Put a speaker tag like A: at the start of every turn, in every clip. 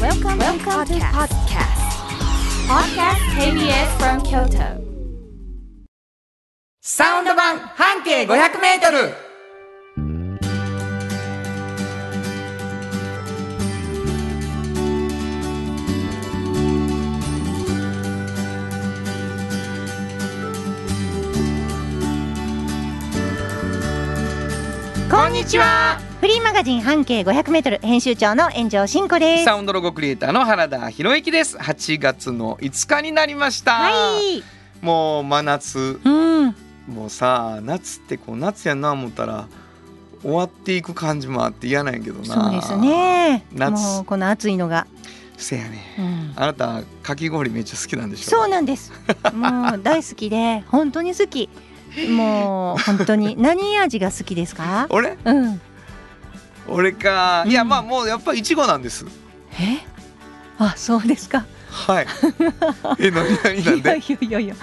A: Welcome, Welcome to podcast. Podcast KBS from Kyoto.
B: サウンド版半径500メートルこんにちは
C: フリーマガジン半径500メートル編集長の炎上真子です。
B: サウンドロゴクリエイターの原田博之です8月の5日になりました、
C: はい。
B: もう真夏
C: うん。
B: もうさ夏ってこう夏やな思ったら終わっていく感じもあって嫌なんやけどな
C: そうですね。
B: 夏
C: もうこの暑いのが。
B: せやね
C: うん。
B: あなたかき氷めっちゃ好きなんでしょ
C: そうなんです。もう大好き で本当に好き。もう本当に何味が好きですか？
B: 俺
C: うん。
B: 俺か、いうや
C: ん
B: まあもうやっぱりいちごなんです
C: え？あ、そうですか。
B: はいえ何何なん
C: いや
B: で
C: いやいやいや。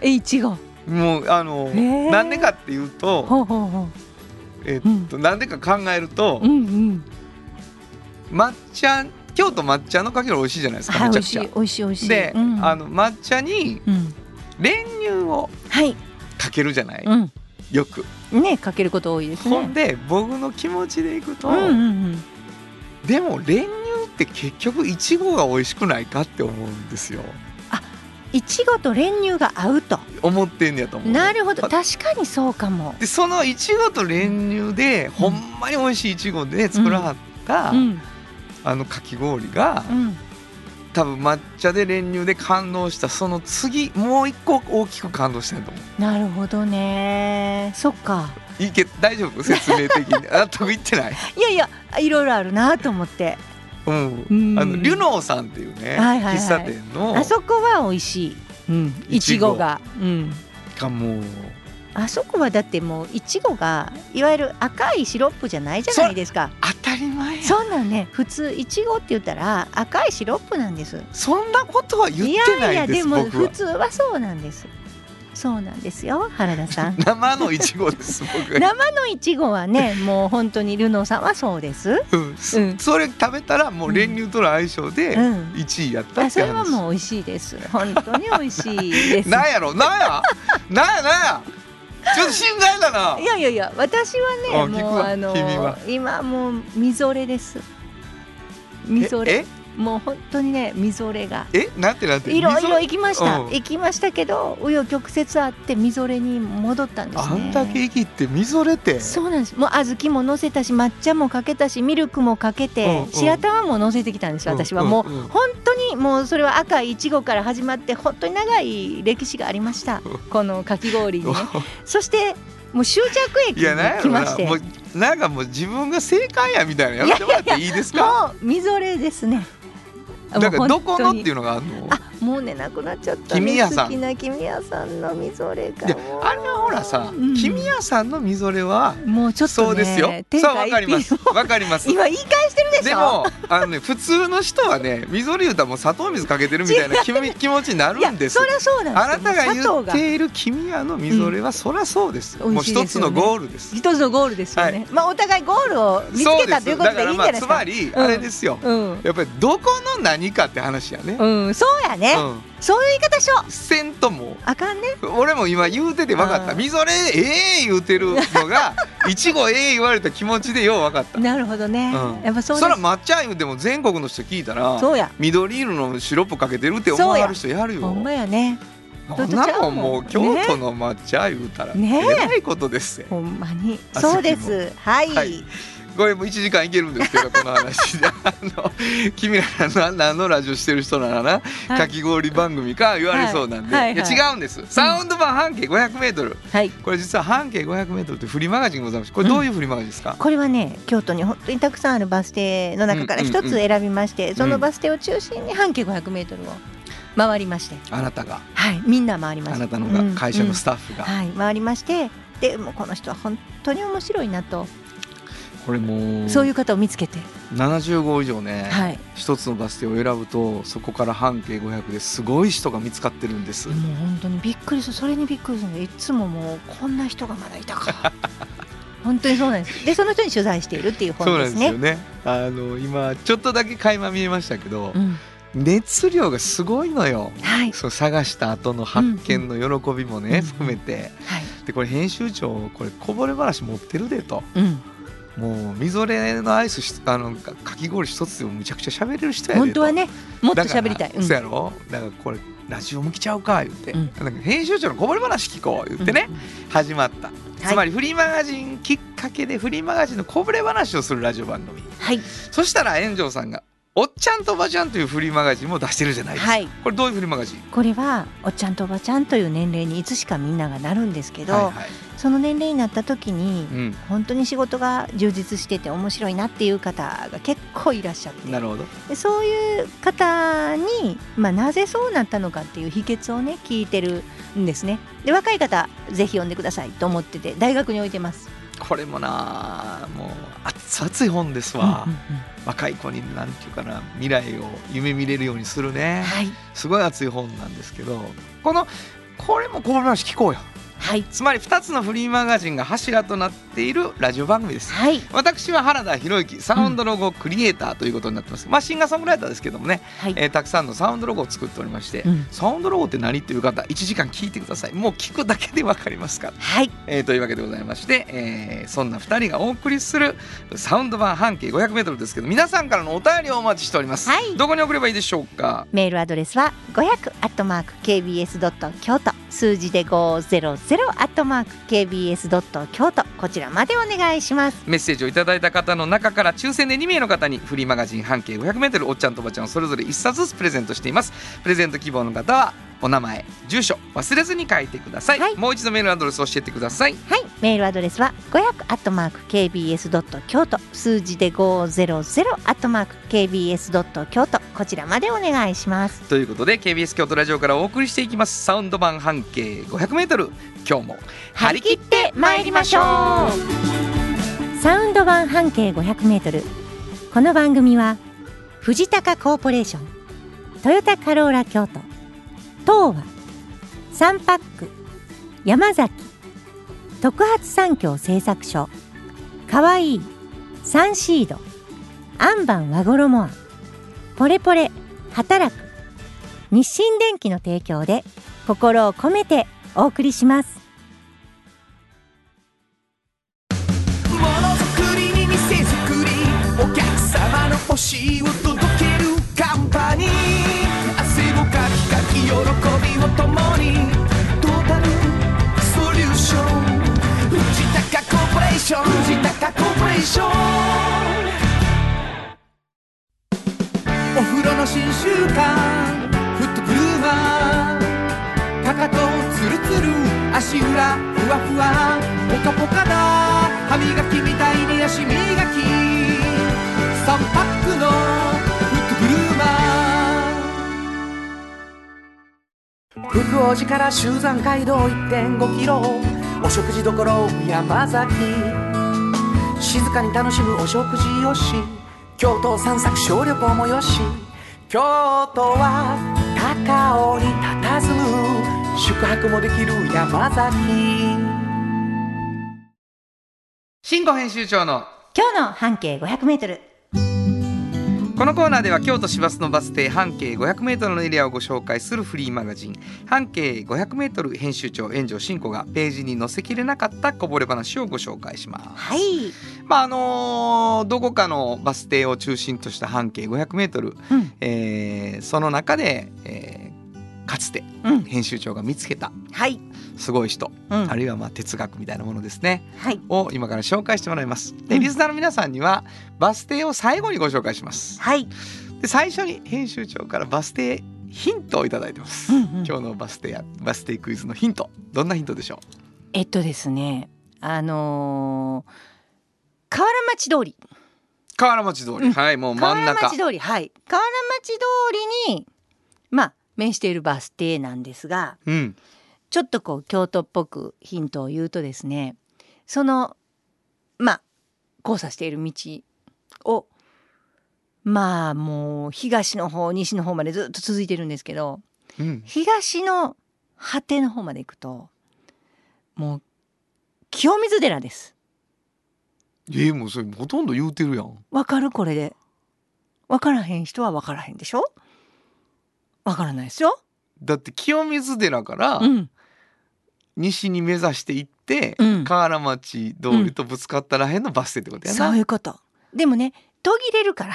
C: え、いちご。
B: もうあの、
C: へー
B: なんでかっていうと
C: ほうほうほ
B: えっとなんでか考えると
C: う。うんうん。
B: 抹茶京都抹茶のかき氷美味しいじゃないですか、
C: はい、
B: め
C: 美
B: ちゃ
C: 味しい
B: くちゃ
C: 美味しい美味しい。
B: で、
C: うん、
B: あ。の抹茶に
C: うん。
B: 練乳を
C: はい。
B: かけるじゃない、
C: うん。
B: よく
C: ね、かけること多いですね。
B: ほんで僕の気持ちでいくと、
C: うんうんうん。
B: でも練乳って結局いちごが美味しくないかって思うんですよ
C: いちごと練乳が合うと。
B: 思ってんねやと思う
C: なるほど
B: ま
C: 確かにそうかも。
B: でそのいちごと練乳で、ほんまに美味しいいちごで作らはった、
C: うん
B: あのかき氷が、
C: うん、
B: 多分抹茶で練乳で感動したその次もう一個大きく感動したんやと思
C: なるほどねそっか
B: ういいけ大丈夫説明的 に納得いってない
C: いやいやいろいろあるなと思って
B: うん、
C: うん
B: あのリュノーさんっていうね、
C: はいはいはい
B: 喫茶店の
C: あそこは美味しい、うん、いちごが、うん、
B: がもう
C: あそこはだってもういちごがいわゆる赤いシロップじゃないじゃないですか
B: 当たり前やん
C: そうなんね普通いちごって言ったら赤いシロップなんです
B: そんなことは言って
C: い
B: な
C: や
B: い
C: いや
B: です
C: でも
B: 僕
C: 普
B: は
C: 通はそうなんですそうなんですよ原田さん
B: 生のいちごです僕は、
C: 生のいちごはねもう本当にルノーさんはそうです、
B: うんそ
C: うん
B: それ食べたらもう練乳との相性で
C: うん、
B: 1位やった
C: あ
B: っ
C: そ
B: て
C: れは
B: 話、
C: もう美味しいです。本当に美味しいです。
B: なんやろなんやなんやなんやちょっと心外だない
C: やいやいや、私
B: あ
C: はね、
B: 聞く
C: もう
B: わ
C: あの
B: 君は
C: 今もうみぞれです。みぞれ、
B: え
C: もう本当にね、みぞれが。
B: ええなんてなんて
C: いろいろ
B: 溝
C: 行きました、
B: うん
C: 行きましたけど、紆余曲折あって、みぞれに戻ったんですね。
B: あんだけ生きってみぞれて
C: そうなんです。もう小豆も乗せたし、抹茶もかけたし、ミルクもかけて
B: う、んうん
C: 白玉も乗せてきたんです。私はもう。
B: うんうんうん
C: 本当にもうそれは赤いいちごから始まって本当に長い歴史がありましたこのかき氷にねそしてもう終着駅
B: いやなん
C: に
B: や
C: 来
B: ろ
C: まし
B: な
C: て
B: も
C: も
B: うなんかもう自分が正解やみたいなのやめてもらっていいですか
C: うみぞれですね
B: なんかどこのっていううのがあるの
C: あもうねなくなっちゃった
B: 君
C: ね
B: 屋さん
C: 好きな君屋さんのみぞれが
B: いや
C: もう
B: あれはほらさ、
C: うん
B: 君屋さんのみぞれは
C: もうちょっとね
B: そうですよ
C: 天
B: そう
C: 下
B: わ
C: 一
B: かりま
C: 品
B: すわかります
C: 今言い返してるでしょ
B: でもあのね普通の人はねみぞれ言うたらもう砂糖水かけてるみたいな気み気持ちにないる
C: や
B: んです
C: そりゃそうなんです
B: あなたが
C: も
B: 言
C: う
B: っ
C: 砂糖
B: ている君屋のみぞれはそりゃそうです、
C: うん美
B: もう
C: 味しいで
B: 一
C: す
B: つ
C: よね
B: のゴールです
C: 一つのゴールですよね、
B: はい
C: まあお互いゴールを見つけたということでいいんじゃないですか
B: そうですだから
C: うん
B: まあつまり、あれですよ
C: うん
B: やっぱりどこの何かって話やね、
C: うん、そうやね、
B: うん
C: そういう言い方しよう
B: せんとも
C: あかんね
B: 俺も今言うてて分かった
C: あー
B: みぞれええ言うてるのが いちごええ言われた気持ちでよう分かった、
C: なるほどね、
B: うん
C: やっぱそう
B: そら
C: です
B: 抹茶言うても全国の人聞いたら
C: そうや
B: 緑色のシロップかけてるって思わはる人やるよ
C: ほんまやね
B: そんなもんもう
C: ね
B: 京都の抹茶言うたら、
C: ね
B: えらいことですよ
C: ほんまに
B: あ好きも
C: そうですはい、
B: はいこれもう1時間いけるんですけどこの 話であの君らな何のラジオしてる人ならな、
C: はい
B: かき氷番組か言われそうなんで、
C: はいは
B: い
C: いはい
B: や違うんですサウンド版半径 500m
C: はい
B: これ実は半径 500m ってフリーマガジンございますこれどういうフリーマガジンですか、
C: これはね京都に本当にたくさんあるバス停の中から
B: うんうん
C: 一つ選びまして、そ
B: うん
C: のバス停を中心に半径 500m を回りまして
B: あなたが
C: はいみんな回りまし
B: あ
C: た
B: なたのが会社のスタッフが、
C: うんうんはい回りましてでもうこの人は本当に面白いなと、
B: これもう
C: そういう方を見つけて、
B: 70号以上ね、
C: はい
B: 一つのバス停を選ぶとそこから半径500ですごい人が見つかってるんです、
C: もう本当にびっくりするそれにびっくりするのいつももうこんな人がまだいたか本当にそうなんですでその人に取材しているっていう
B: そう
C: 本
B: な
C: で
B: ん
C: す
B: です
C: ね
B: よねあの今ちょっとだけ垣間見えましたけど、
C: うん
B: 熱量がすごいのよ
C: はい
B: そう探した後の発見の喜びもね、
C: うん
B: 含めて
C: はい
B: でこれ編集長これこぼれ話持ってるでと
C: うん
B: もうみぞれのアイスしあのかかき氷一つでもむちゃくちゃ喋れる人やでと
C: 本当はねもっと
B: だから
C: 喋りたい、うん
B: そうやろだからこれラジオ向きちゃうか言って、
C: うん
B: なんか編集長のこぼれ話聞こう言ってね、、始まった、つまりフリーマガジンきっかけでフリーマガジンのこぼれ話をするラジオ番組
C: はい
B: そしたら炎上さんが「おっちゃんとおばちゃん」というフリーマガジンも出してるじゃないですか、
C: はい
B: これどういうフリーマガジン
C: これはおっちゃんとおばちゃんという年齢にいつしかみんながなるんですけど、
B: はいはい
C: その年齢になった時に
B: うん、
C: 本当に仕事が充実してて面白いなっていう方が結構いらっしゃって
B: なるほど
C: でそういう方に、まあ、なぜそうなったのかっていう秘訣をね聞いてるんですねで若い方ぜひ読んでくださいと思ってて大学に置いてます。
B: これもなあもう熱々い本です
C: うんうんうん
B: わ、若い子になんていうかな未来を夢見れるようにするね
C: はい
B: すごい熱い本なんですけどこのこれもこぼれ話聞こうよ
C: はい
B: つまり2つのフリーマガジンが柱となっているラジオ番組です
C: はい
B: 私は原田博之サウンドロゴクリエイターということになってます、まあシンガーソングライターですけどもね、
C: はい
B: えーたくさんのサウンドロゴを作っておりまして、
C: うん
B: サウンドロゴって何という方1時間聞いてくださいもう聞くだけで分かりますから、
C: はい
B: えーというわけでございまして、えーそんな2人がお送りするサウンド版半径 500m ですけど皆さんからのお便りをお待ちしております、
C: はい
B: どこに送ればいいでしょうか
C: メールアドレスは500アットマーク kbs ドット京都数字で500アットマーク kbs ドット京都こちらまでお願いします。
B: メッセージをいただいた方の中から抽選で2名の方にフリーマガジン半径 500m おっちゃんとおばちゃんをそれぞれ1冊ずつプレゼントしていますプレゼント希望の方はお名前住所忘れずに書いてください、
C: はい
B: もう一度メールアドレスを教えてください
C: はい、メールアドレスは500アットマーク kbs ドット京都数字で500アットマーク kbs ドット京都こちらまでお願いします。
B: ということで KBS 京都ラジオからお送りしていきますサウンド版半径 500m 今日も張り切って
C: て
D: 参りましょう
C: サウンド版半径500メートル。この番組は藤高コーポレーション、トヨタカローラ京都、東和、サンパック、山崎、特発産業製作所、かわいい、サンシード、アンバン和衣ア、ポレポレ、働く、日清電機の提供で心を込めてお送りします。
E: ものづくりに店づくりお客様の欲しいを届けるカンパニー汗をかきかき喜びを共にトータルソリューション藤高コーポレーション藤高コーポレーションお風呂の新習慣フットブルーマーかかとツルツル足裏ふわふわポカポカだ歯磨きみたいに足磨き3パックのフットブルーマー福王寺から集山街道1.5キロお食事どころ山崎静かに楽しむお食事よし京都を散策小旅行もよし京都は高尾に佇む宿泊もできる山崎
B: 新語編集長の
C: 今日の半径500メートル。
B: このコーナーでは京都市バスのバス停半径 500m のエリアをご紹介するフリーマガジン半径 500m 編集長炎上進子がページに載せきれなかったこぼれ話をご紹介します。
C: はい。
B: まああのーどこかのバス停を中心とした半径 500m、
C: うん。
B: えーその中で、えーかつて
C: うん。
B: 編集長が見つけた
C: はい。
B: すごい人、
C: うん。
B: あるいはまあ哲学みたいなものですね
C: はい。
B: を今から紹介してもらいます。
C: う
B: で
C: ん
B: リスナーの皆さんにはバス停を最後にご紹介します。
C: はい。
B: で最初に編集長からバス停ヒントをいただいてます、
C: うんうん
B: 今日のバス停やバス停クイズのヒントどんなヒントでしょ
C: えっとですね。あのー。河原町通り。
B: う河原町通り、
C: うん
B: はいもう
C: 河
B: 真ん
C: 原
B: 中
C: 町通り。はい。河原町通りに。まあ、面しているバス停なんですが。
B: うん
C: ちょっとこう京都っぽくヒントを言うとですね。その。まあ。交差している道。を。まあ、もう東の方、西の方までずっと続いてるんですけど。
B: うん
C: 東の果ての方まで行くともう清水寺です
B: ええもうそれほとんど言うてるやん
C: わかるこれでわからへん人はわからへんでしょわからないですよ
B: だって清水寺から
C: うん
B: 西に目指して行って、
C: うん
B: 河原町通りとぶつかったらへんのバス停ってことやな、
C: そういうことでもね途切れるから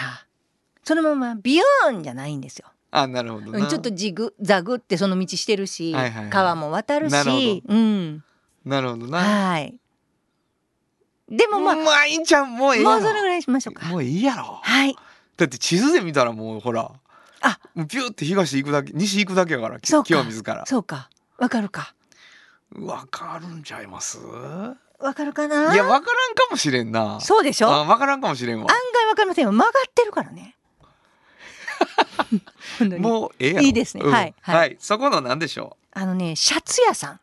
C: そのままビヨーンじゃないんですよ
B: あなるほど
C: う
B: なん
C: ちょっとジグザグってその道してるし、
B: はいはいはい
C: 川も渡るし
B: なるほど
C: うん
B: なるほどな
C: はいでもまあ
B: うまいんちゃうもうええや
C: も
B: ろ
C: うそれぐらいにしましょうか
B: もういいやろ
C: はい
B: だって地図で見たらもうほら
C: あ
B: もうピューって東行くだけ西行くだけやからき
C: そうか
B: 清水から
C: そうかわかるか
B: わかるんちゃいます
C: わかるか
B: いや
C: な
B: わからんかもしれんな
C: そうでしょ
B: あ
C: 案
B: わからんかもしれんわ
C: 外わかりませんよ曲がってるから ね本当に
B: もうええやろ
C: いいですねはい
B: は
C: は
B: い、そこのなんでしょ
C: あのねシャツ屋さん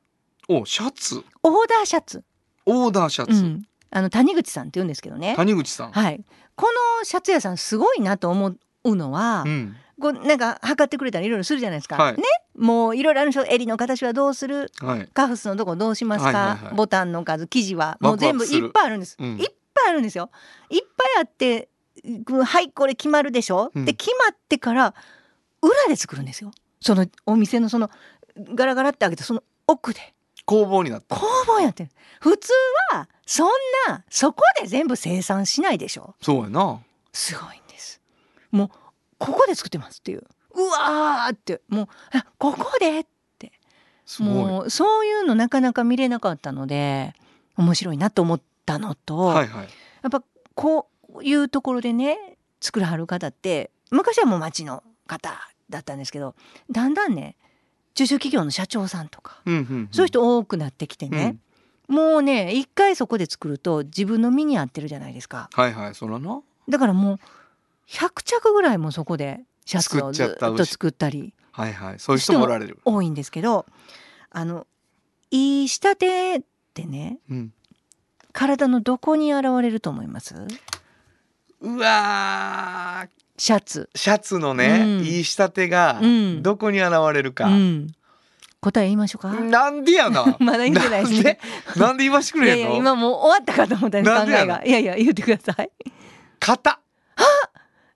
B: うおシャツ
C: オーダーシャツ
B: オーダーシャ
C: う
B: ツ、
C: ん、あの谷口さんって言うんですけどね
B: 谷口さん、
C: はいこのシャツ屋さんすごいなと思うのは、
B: うん
C: こうなんか測ってくれたりいろいろするじゃないですか、
B: はい
C: ねもういろいろあるでしょ襟の形はどうする
B: はい
C: カフスのとこどうしますか、
B: はいはいはい
C: ボタンの数生地はもう全部
B: ワクワクする
C: いっぱいあるんです
B: うん
C: いっぱいあるんですよいっぱいあってうんはいこれ決まるでしょ、
B: うん
C: で決まってから裏で作るんですよそのお店のそのガラガラって開けてその奥で
B: 工房になった
C: 工房やってる普通はそんなそこで全部生産しないでしょ
B: そうやな
C: すごいんですもうここで作ってますっていううわーってもうあここです
B: ごい
C: もうそういうのなかなか見れなかったので面白いなと思ったのと、
B: はいはい
C: やっぱこういうところでね作らはる方って昔はもう町の方だったんですけどだんだんね中小企業の社長さんとか、
B: うんうんうん
C: そういう人多くなってきてね、もうね一回そこで作ると自分の身に合ってるじゃないですか。
B: はいはいそらな
C: だからもう100着ぐらいもそこでシャツをず
B: 作っちゃった
C: っと作ったり
B: はいはいそういう人もおられる
C: 多いんですけどあのいい仕立てってね
B: うん
C: 体のどこに現れると思います
B: うわ
C: シャツ、
B: ーシャツのね、
C: うん
B: いい仕立てが
C: うん
B: どこに現れる
C: う
B: か、
C: ん、答え言いましょうか
B: なんでやな
C: まだいいんじゃないですね
B: なんでなんで言わしてく
C: いや
B: れ
C: い
B: へん
C: や
B: の
C: 今もう終わったかと思ったんです
B: な
C: 考
B: んでや
C: え
B: ろ
C: がいやいや言ってください
B: 型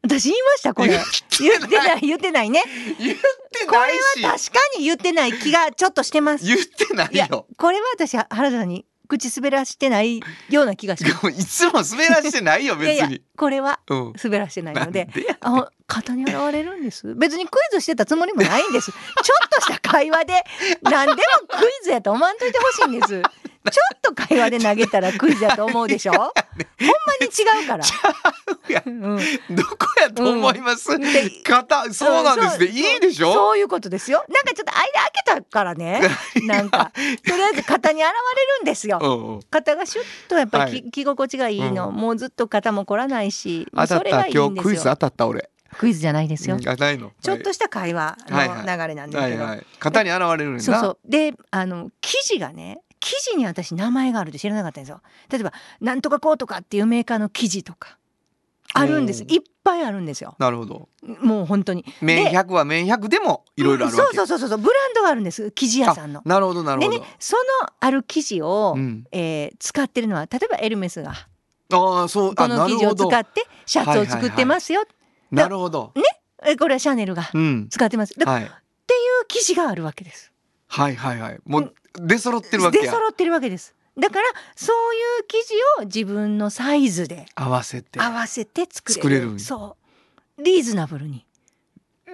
C: 私言いましたこれ
B: 言って
C: 言ってない言ってないね
B: 言ってないし
C: 確かに言ってない気がちょっとしてます
B: 言ってない
C: いや
B: よ
C: これは私は原田さんに口滑らしてないような気がします
B: いつも滑らしてないよ別
C: いやい
B: に
C: やこれは
B: うん
C: 滑らしてない
B: な
C: の
B: ん
C: で
B: でや
C: あ型に現れるんです別にクイズしてたつもりもないんですちょっとした会話で何でもクイズやと思わんといてほしいんですちょっと会話で投げたらクイズやと思うでしょほんまに違うから
B: うや
C: うん
B: どこやと思います、
C: うんで
B: 型そうなんですね、
C: そう
B: いいでしょ
C: そういうことですよなんかちょっと間開けたから ねなんかとりあえず型に現れるんですよ
B: うんうん
C: 肩がシュッとやっぱりき、
B: は
C: 着心地がいいの、
B: うん
C: もうずっと肩も凝らないし
B: 当たっ
C: それが
B: た
C: いい
B: 今
C: んですよ
B: 日クイズ当たった俺
C: クイズじゃないですよ、
B: うんあないの
C: ちょっとした会話の
B: はいはい
C: 流れなんですけど、
B: はいはい型に現れるんだ
C: そうそうであの記事がね記事に私名前があるって知らなかったんですよ例えば「なんとかこうとか」っていうメーカーの記事とかあるんです
B: おー
C: いっぱいあるんですよ
B: なるほど
C: もう本当に
B: 面100は面100でもいろいろあるわけ、
C: そうそうそうそうブランドがあるんです記事屋さんの
B: あなるほどなる
C: で
B: ほど、
C: ねそのある記事を、
B: うん、
C: えー使ってるのは例えばエルメスが
B: ああそう
C: こ
B: あ
C: の
B: な
C: 生
B: る
C: 地を
B: ほど
C: 使ってシャツを作ってますよ、
B: なるほど、
C: えこれはシャネルが
B: うん
C: 使ってますでこ
B: はい、
C: ういう記事があるわけです
B: はいはいはいもう出揃ってるわけ
C: 出
B: や
C: 揃ってるわけですだからそういう生地を自分のサイズで
B: 合わせて
C: 合わせて作れる
B: 作れるんや
C: そうリーズナブルに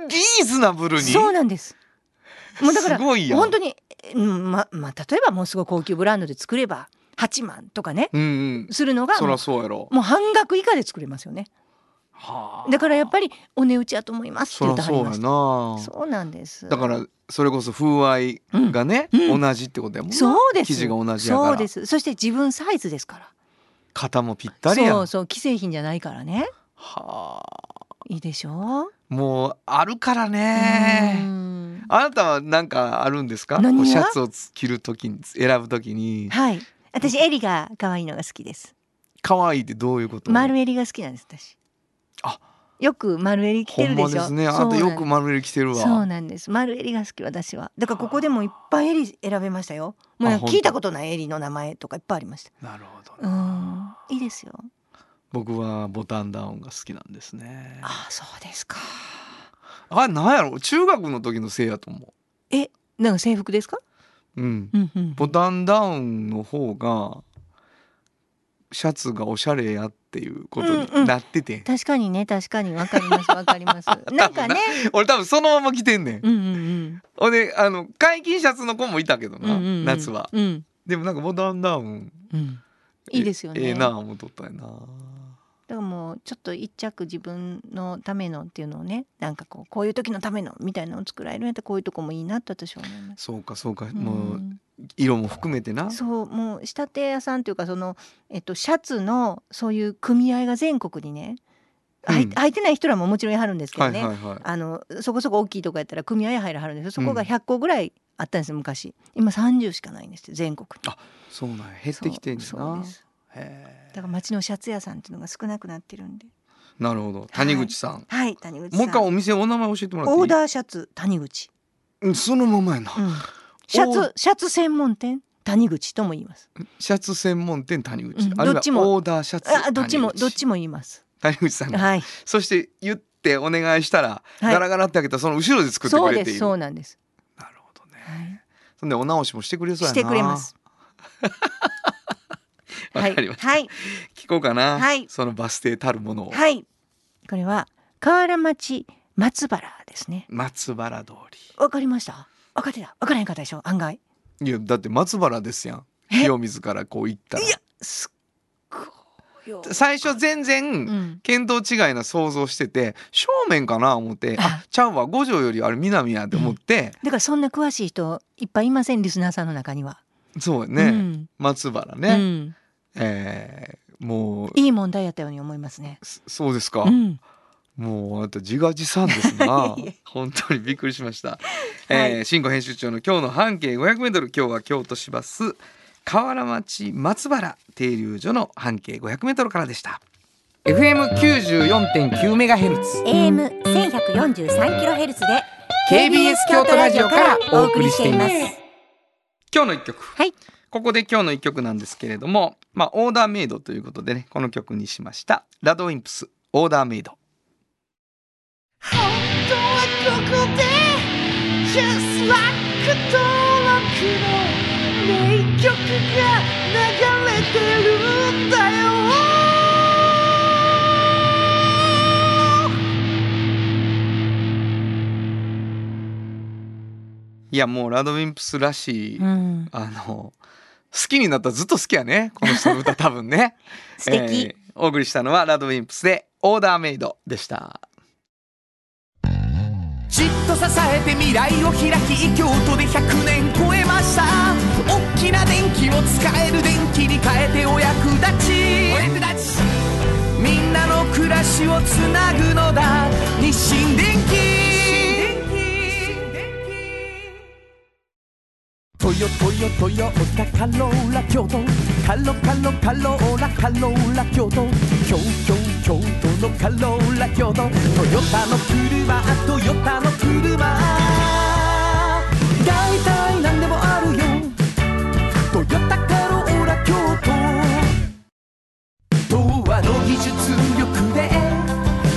B: リーズナブルに
C: そうなんですもうだから
B: すごいやん
C: 本当にうんまま例えばもうすごい高級ブランドで作れば8万とかね
B: うんうん
C: するのが
B: そ
C: も
B: ら
C: う
B: そうやろ
C: もう半額以下で作れますよね
B: は
C: だからやっぱりお値打ちやと思いますって
B: そ
C: 言っ
B: ら
C: てはり
B: そう
C: ま
B: や
C: した
B: な
C: そうなんです
B: だからそれこそ風合いがね、
C: うんうん
B: 同じってことやもんな
C: そうです
B: 生地が同じやから
C: そうですそして自分サイズですから
B: 型もぴったりやん
C: そうそう既製品じゃないからね
B: はあ
C: いいでしょう
B: もうあるから
C: う
B: ね
C: ん
B: あなたはなんかあるんですか
C: 何が
B: こうシャツを着るときに選ぶときに
C: はい。私襟が可愛いのが好きです。
B: 可愛いってどういうこと
C: 丸襟が好きなんです私。
B: あ、
C: よく丸襟着
B: ほ
C: て
B: ん
C: るで
B: ま
C: し
B: で
C: ょ
B: すねあんたよ
C: そう
B: く
C: なん
B: 丸襟着てる
C: そう
B: わ
C: なんです丸襟が好き私はだからここでもいっぱい襟選べましたよもうなん
B: あほ
C: か
B: んと
C: 聞いたことない襟の名前とかいっぱいありました
B: なるほど
C: うんいいですよ
B: 僕はボタンダウンが好きなんですね
C: あそうですか
B: あれなんやろ中学の時のせいやと思
C: なんか制服ですか
B: ううん
C: うんうん
B: ボタンダウンの方がシャツがおしゃれやっていうことになってて、
C: 確かにね確かにわかりますわかり ますなんかね
B: 俺多分そのまま着てんねん
C: うんうん
B: ほんであの解禁シャツの子もいたけど
C: うん
B: な、
C: うんうんうん
B: 夏は
C: うん
B: でもなんかボタンダウン
C: うんいいですよね
B: ええなあ思っとったよな
C: だからもうちょっと一着自分のためのっていうのをねなんかこうこういう時のためのみたいなのを作られるんやったらこういうとこもいいなって私は思います。
B: そうかそうか、
C: うん
B: もう色も含めてな
C: そうもう仕立て屋さんというかその、えっと、シャツのそういう組合が全国にね、あい
B: うん
C: 履いてない人らももちろんやはるんですけ
B: は
C: ど
B: いは
C: ね、
B: いはい
C: あのそこそこ大きいとこやったら組合入らはるんですよそこが
B: うん
C: 100個ぐらいあったんですよ昔今30しかないんですよ全国に
B: あそうなんや減ってきてんねん
C: そうそう
B: な
C: です
B: へ
C: だ
B: え
C: から町のシャツ屋さんっていうのが少なくなってるんで
B: なるほど谷口さん、
C: はい谷口さん
B: もう一回お店お名前教えてもらっていい
C: オーダーシャツ谷口、
B: うんそのままやな、
C: うんシャ
B: オー
C: ツシャツ専門店谷口とも言います
B: シャツ専門店谷口、
C: うん
B: あるい
C: ど
B: は
C: っちも
B: オーダーシャツ
C: あどっちも
B: 谷口
C: どっちも言います
B: 谷口さんが、
C: はい
B: そして言ってお願いしたら、
C: はい
B: ガラガラって開けたらその後ろで作って
C: そ
B: く
C: う
B: れ
C: で
B: て
C: す
B: いる
C: そうなんです
B: なるほどね
C: はい
B: そんでお直しもしてくれそうや
C: し
B: な
C: てくれます。
B: わかりました、
C: はい、
B: 聞こうかな、
C: はい
B: そのバス停たるものを、
C: はい、はいこれは河原町松原ですね。
B: 松原通
C: わかりました。わかってた。わからへんかったでしょ。案外。
B: りいやだって松原ですやん
C: え
B: 清水からこう行ったら
C: いやすっごいよ。
B: 最初全
C: う
B: 然
C: ん。
B: 見当違いな想像してて正面かな思ってあ
C: あ
B: ちゃうわ五条よりあれ南やって思って、
C: だからそんな詳しい人いっぱいいませんリスナーさんの中には。
B: そうやね、
C: うん
B: 松原
C: う
B: ね、
C: ん
B: えーもう
C: いい問題やったように思いますね。
B: そそうですか、
C: うん。
B: もうあなた自画自賛ですな
C: いえいえ
B: 本当にびっくりしました、えー、新語編集長の今日の半径 500m 今日は京都市バス河原町松原停留所の半径 500m からでした FM94.9 メガヘルツ
F: AM 千百四十三キロヘルツで
B: KBS 京都ラジオからお送りしています今日の一曲
F: はい
B: ここで今日の一曲なんですけれどもまあオーダーメイドということでねこの曲にしましたラドウィンプスオーダーメイドいやもうラドウィンプスらしい、
C: うん。
B: あの好きになったらずっと好きやねこの人 の歌多分ね
F: 素敵、
B: えーお送りしたのはラドウィンプスでオーダーメイドでした
G: じっと支えて未来を開き京都で100年超えました大きな電気を使える電気に変えてお役立ちお役立ちみんなの暮らしをつなぐのだ日清電気トヨトヨトヨタカローラ京都カロカロカローラカローラ京都京京京都のカローラ京都トヨタの車トヨタの車だいたいなんでもあるよトヨタカローラ京都童話の技術力で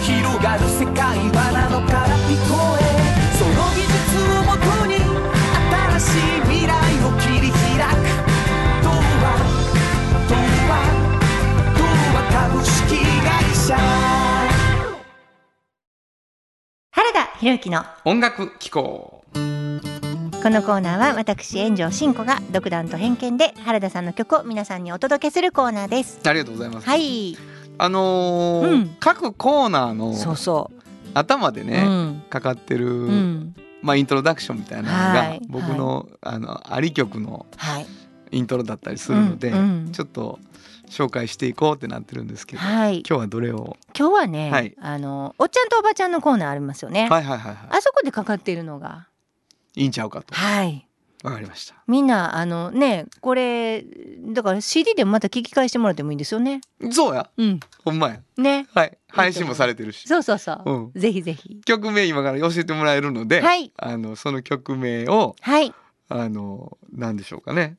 G: 広がる世界はなのから聞こえその技術をもとに新しい未来を切り開く童話童話童話株式会社
C: 原田博之の
B: 音楽機構
C: このコーナーは私炎上真子が独断と偏見で原田さんの曲を皆さんにお届けするコーナーです。
B: ありがとうございます、
C: はい。
B: あのー
C: うん
B: 各コーナーの
C: そうそう。
B: 頭で
C: う
B: ね、
C: ん。
B: かかってる、
C: うん。
B: まあイントロダクションみたいな
C: は
B: のが
C: い
B: 僕の、あのあり曲の
C: はい。
B: イントロだったりするので、
C: うんうん
B: ちょっと紹介していこうってなってるんですけど、
C: はい。
B: 今日はどれを、
C: 今日はね、
B: はい
C: あのおっちゃんとおばちゃんのコーナーありますよね。
B: はいはいはいは
C: あそこでかかっているのが、
B: いいいんちゃうかと
C: はい、
B: わかりました
C: みんなあのねこれだから CD でもまた聞き返してもらってもいいんですよね。
B: そうや
C: うん、
B: ほんまや
C: ね
B: はい配信もされてるし
C: そうそうそう、
B: うん
C: ぜひぜひ。
B: 曲名今から教えてもらえるので、
C: はい
B: あのその曲名を
C: はい
B: あの何でしょうかね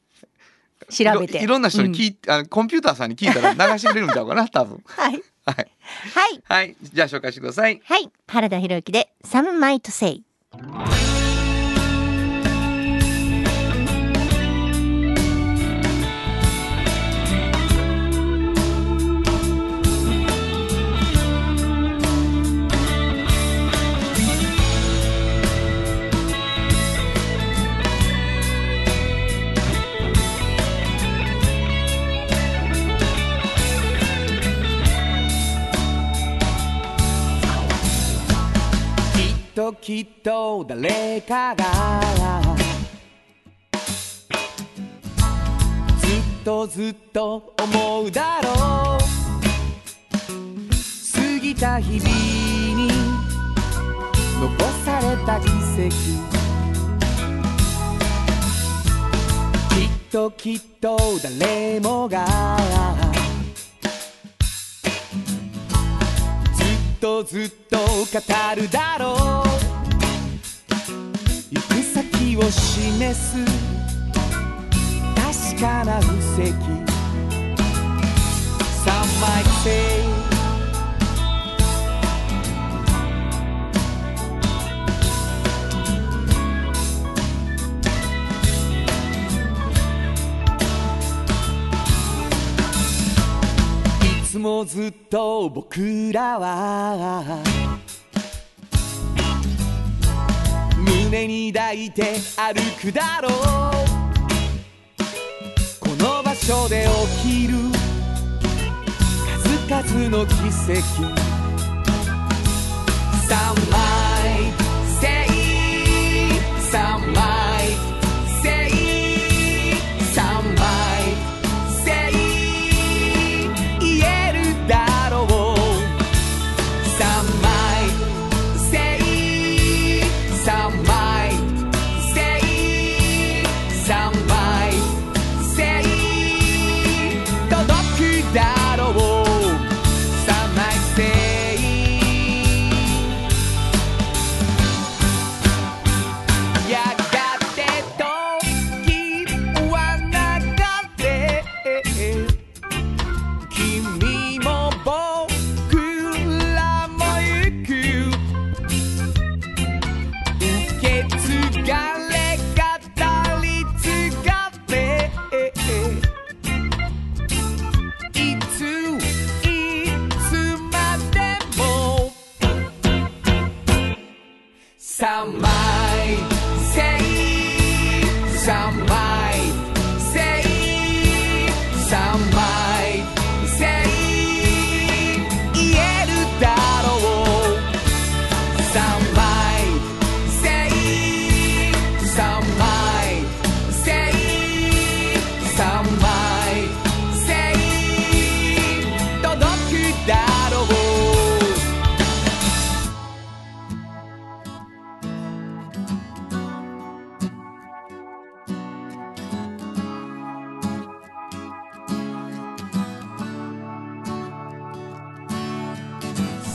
C: 調べて
B: いろいろんな人に聞いて、あのコンピューターさんに聞いたら流してくれるんちゃうか な多分
C: はい
B: はい
C: はい
B: はいじゃあ紹介してください
C: はい原田博之で「Some Might Say」。
G: きっときっと誰かがずっとずっと思うだろう過ぎた日々に残された奇跡きっときっと誰もがずっとずっと語るだろう行く先を示す確かな布石 Some might say「いつもずっと僕らは」「胸に抱いて歩くだろう」「この場所で起きる数々の奇跡」「サンマイセイ」「サンマイセイ」「サンマイセイ」言えるだろう三枚せい三枚せい三枚せい届くだろう三枚せいやがて時は流れ君も僕らも行く受け継がれ語り継がれいついつまでも三枚せい三枚せい三枚せい言えるだろう三枚せい三枚せい三枚せい届くだろう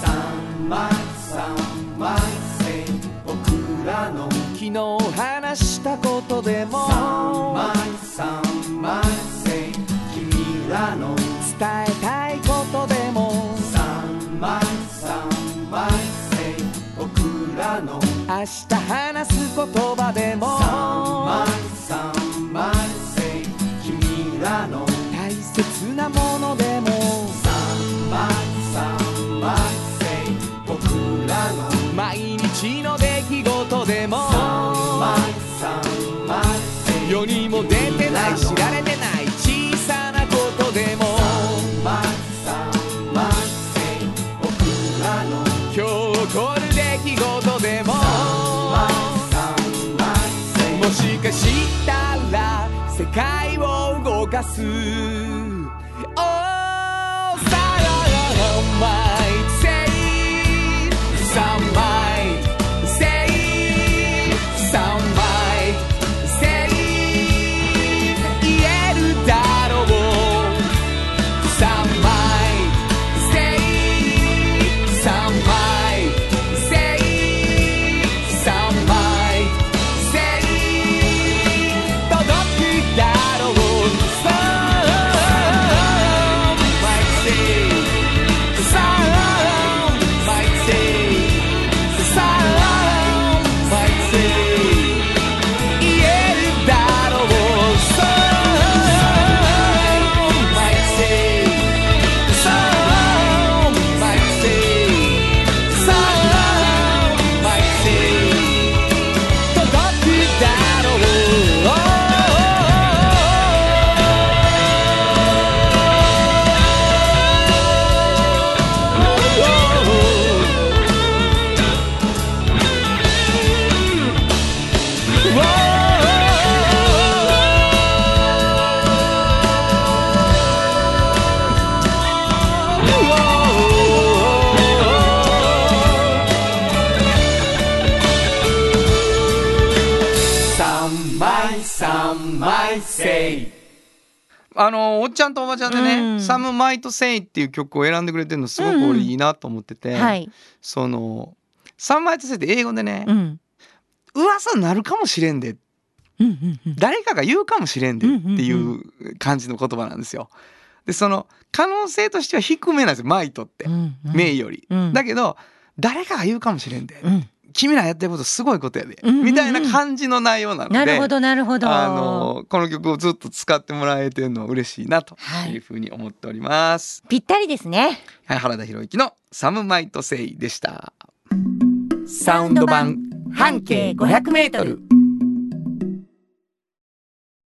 G: 三枚三枚線僕らの昨日話したことでも三枚三枚線君らの伝えたいことでも三枚三枚線僕らの明日話す言葉でも三枚三枚線君らの大切なものでも三枚三枚線僕らの毎日の出来事でも三枚三枚線世にも出てない知られてない小さなことでも三枚三枚線僕らの今日起こる出来事でも三枚三枚線もしかしたら世界を動かす Oh, some might say, some might say, some might say, さんまいせい
B: あのおっちゃんとおばちゃんでね
C: う
B: 「
C: ん
B: サム・マイト・セイ」っていう曲を選んでくれてるのすごく
C: うんう
B: 俺
C: ん
B: いいなと思ってて、
C: はい。
B: その「サム・マイト・セイ」って英語でね
C: う、ん。
B: 噂になるかもしれんで
C: うんうんうん。
B: 誰かが言うかもしれんでってい
C: んう
B: うう感じの言葉なんですよ。でその可能性としては低めなんですよマイトって、
C: うんうん
B: メイより。
C: うん
B: だけど誰かが言うかもしれんで、
C: うん。
B: 君らやってることすごいことやで、
C: うんうんうん
B: みたいな感じの内容なので
F: なるほどなるほど。
B: あのこの曲をずっと使ってもらえてるのは嬉しいなというふうに思っております。
F: ぴったりですね。
B: はい、原田博之の「サム・マイト・セイ」でした。
G: サウ
F: ンド版
G: 半
F: 径500メートル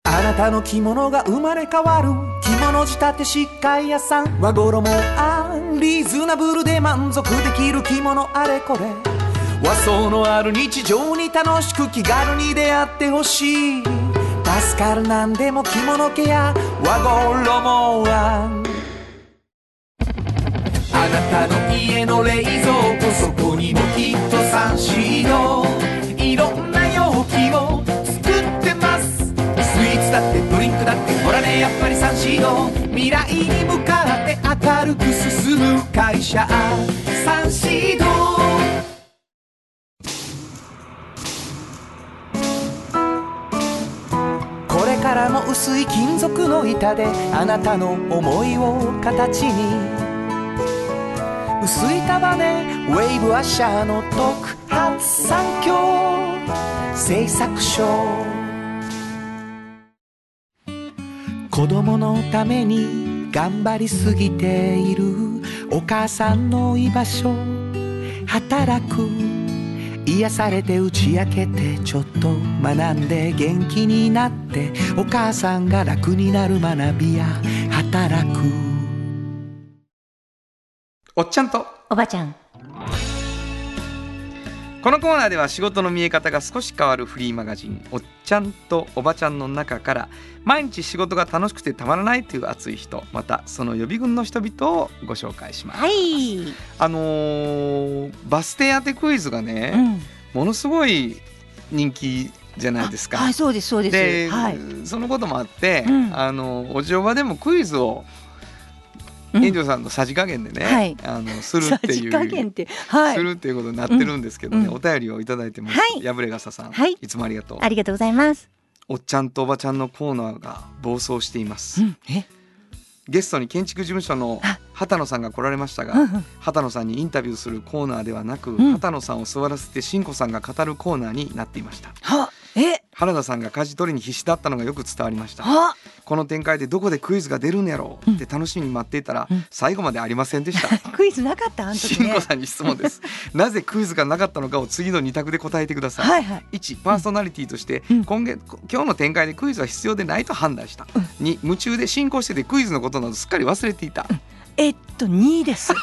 G: あなたの着物が生まれ変わる着物仕立て疾患屋さん和衣もあんリーズナブルで満足できる着物あれこれ和装のある日常に楽しく気軽に出会ってほしい助かるなんでも着物ケア和衣もあんあなたの家の冷蔵庫そこにもきっとサンシードいろんな容器を作ってますスイーツだってドリンクだってほらねやっぱりサンシード未来に向かって明るく進む会社サンシードこれからも薄い金属の板であなたの思いを形に薄い束ねウェーブアッシャーの特発産業製作所子供のために頑張りすぎているお母さんの居場所働く癒されて打ち明けてちょっと学んで元気になってお母さんが楽になる学びや働く
B: おっちゃんと
F: おばちゃん。
B: このコーナーでは仕事の見え方が少し変わるフリーマガジン「おっちゃんとおばちゃん」の中から毎日仕事が楽しくてたまらないという熱い人またその予備軍の人々をご紹介します。
F: はい。
B: あのーバス停当てクイズが
C: う
B: ね、
C: ん。
B: ものすごい人気じゃないですか。
C: あはい、そうです、そうで。
B: です
C: はい。
B: そのこともあって、
C: うん
B: あのお嬢場でもクイズを
C: うん
B: 遠藤さんのさじ加減でね、
C: はい
B: あのする
C: さ
B: ってい
C: じ
B: う。
C: 加減って、は
B: す
C: い。
B: るっていうことになってるんですけどね、
C: うん
B: お便りをいただいてます、
F: はい
B: やぶれ笠さん、
F: はい
B: つもありがとう
F: ありがとうございます。
B: おっちゃんとおばちゃんのコーナーが暴走しています、
C: うんえ、
B: ゲストに建築事務所の
C: あ
B: 畑野さんが来られましたが、
C: うんうん
B: 畑野さんにインタビューするコーナーではなく、
C: ん
B: 畑野さんを座らせてしんこさんが語るコーナーになっていました
C: は、え、
B: 原田さんが舵取りに必死だったのがよく伝わりました
C: は、
B: この展開でどこでクイズが出るんやろうって楽しみに待っていたら、
C: うん
B: 最後までありませんでした
C: クイズなか った、あの時
B: しん
C: ね
B: こ。さんに質 問です。なぜクイズがなかったのかを次の二択で答えてください。
C: はい、はい。
B: 1パーソナリティとして
C: うん
B: 今月、今日の展開でクイズは必要でないと判断した、2夢中で進行しててクイズのことなどすっかり忘れていた、
C: えっと2です。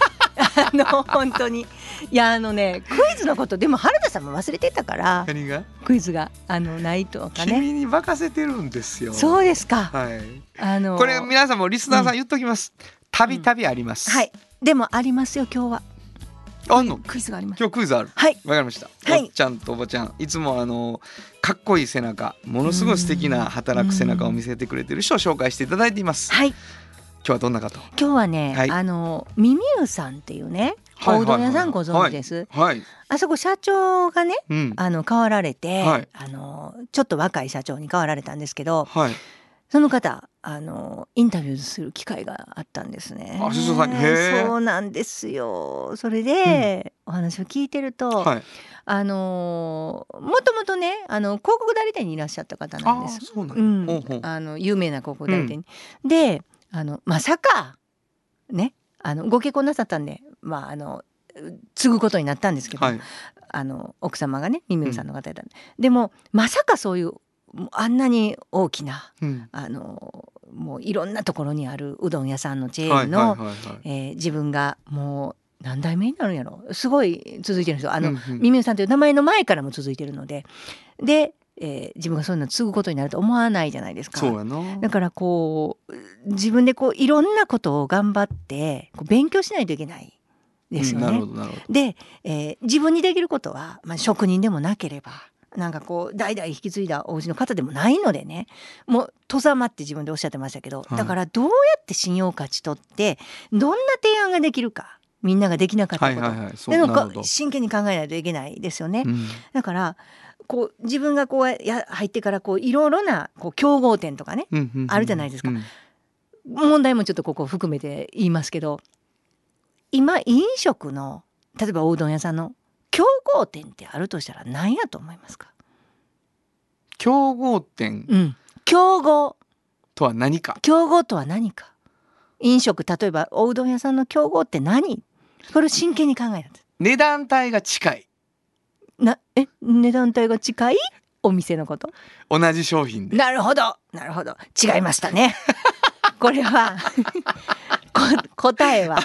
C: あの本当にいやあのねクイズのことでも原田さんも忘れてたから
B: 何が
C: クイズがあのないとかね。
B: 君に任せてるんですよ
C: そうですか。
B: はい、
C: あの
B: これ皆さんもリスナーさん言っときますたびたびあります、
C: はいでもありますよ今日は
B: あんの
C: クイズがあります。
B: 今日クイズある
C: はい
B: わかりました、
C: はい
B: おっちゃんとおばちゃんいつもあのかっこいい背中ものすごい素敵な働く背中を見せてくれてる人を紹介していただいています
C: はい
B: 今日はどんな方
C: 今日はね、
B: はい
C: あのミミウさんっていうね
B: はい
C: おうどん屋さんご
B: はい
C: 存知です。
B: はい、
C: あそこ社長がね
B: うん
C: あの変わられて、
B: はい
C: あのちょっと若い社長に変わられたんですけど
B: はい
C: その方あのインタビューする機会があったんですね。
B: あ社長さんにへえ
C: そうなんですよ。それで、お話を聞いてると、
B: はい
C: あのーもともとねあの広告代理店にいらっしゃった方なん
B: あ
C: です。
B: そうな
C: うんん
B: だほうほう、
C: あの有名な広告代理店に。であのまさかねあのご結婚なさったんでまああの継ぐことになったんですけど、
B: はい
C: あの奥様がねミミウさんの方だった、でもまさかそういうあんなに大きな
B: うん
C: あのもういろんなところにあるうどん屋さんのチェ
B: は
C: ー
B: い
C: ン
B: はい
C: の
B: はいはい
C: えー自分がもう何代目になるんやろすごい続いてるんですよあ
B: う
C: の、
B: んうん
C: ミミウさんという名前の前からも続いてるのでで、えー自分がそういうのを継ぐことになると思わないじゃないですか。
B: そうやな
C: だからこう自分でこういろんなことを頑張ってこう勉強しないといけないですよね。
B: うんなるほどなるほど
C: で、えー自分にできることは、まあ、職人でもなければなんかこう代々引き継いだお家の方でもないのでねもう戸様って自分でおっしゃってましたけど、
B: はい
C: だからどうやって信用を勝ち取ってどんな提案ができるかみんなができなかった
B: は
C: こ
B: い
C: と、
B: はいはいそう
C: で
B: な
C: も
B: る
C: こ
B: ほど
C: う、真剣に考えないといけないですよね。
B: うん
C: だからこう自分がこうや入ってからこういろいろなこう競合点とかね
B: うんうんうん
C: あるじゃないですか
B: うん
C: 問題もちょっとここ含めて言いますけど今飲食の例えばおうどん屋さんの競合点ってあるとしたら何やと思いますか、
B: 競合点
C: うん、競合
B: とは何か
C: 競合とは何か飲食例えばおうどん屋さんの競合って何これを真剣に考えたんです
B: 値段帯が近い
C: なえ値段帯が近いお店のこと
B: 同じ商品で
C: なるほど、なるほど、違いました ね。これ は。こ答 えは。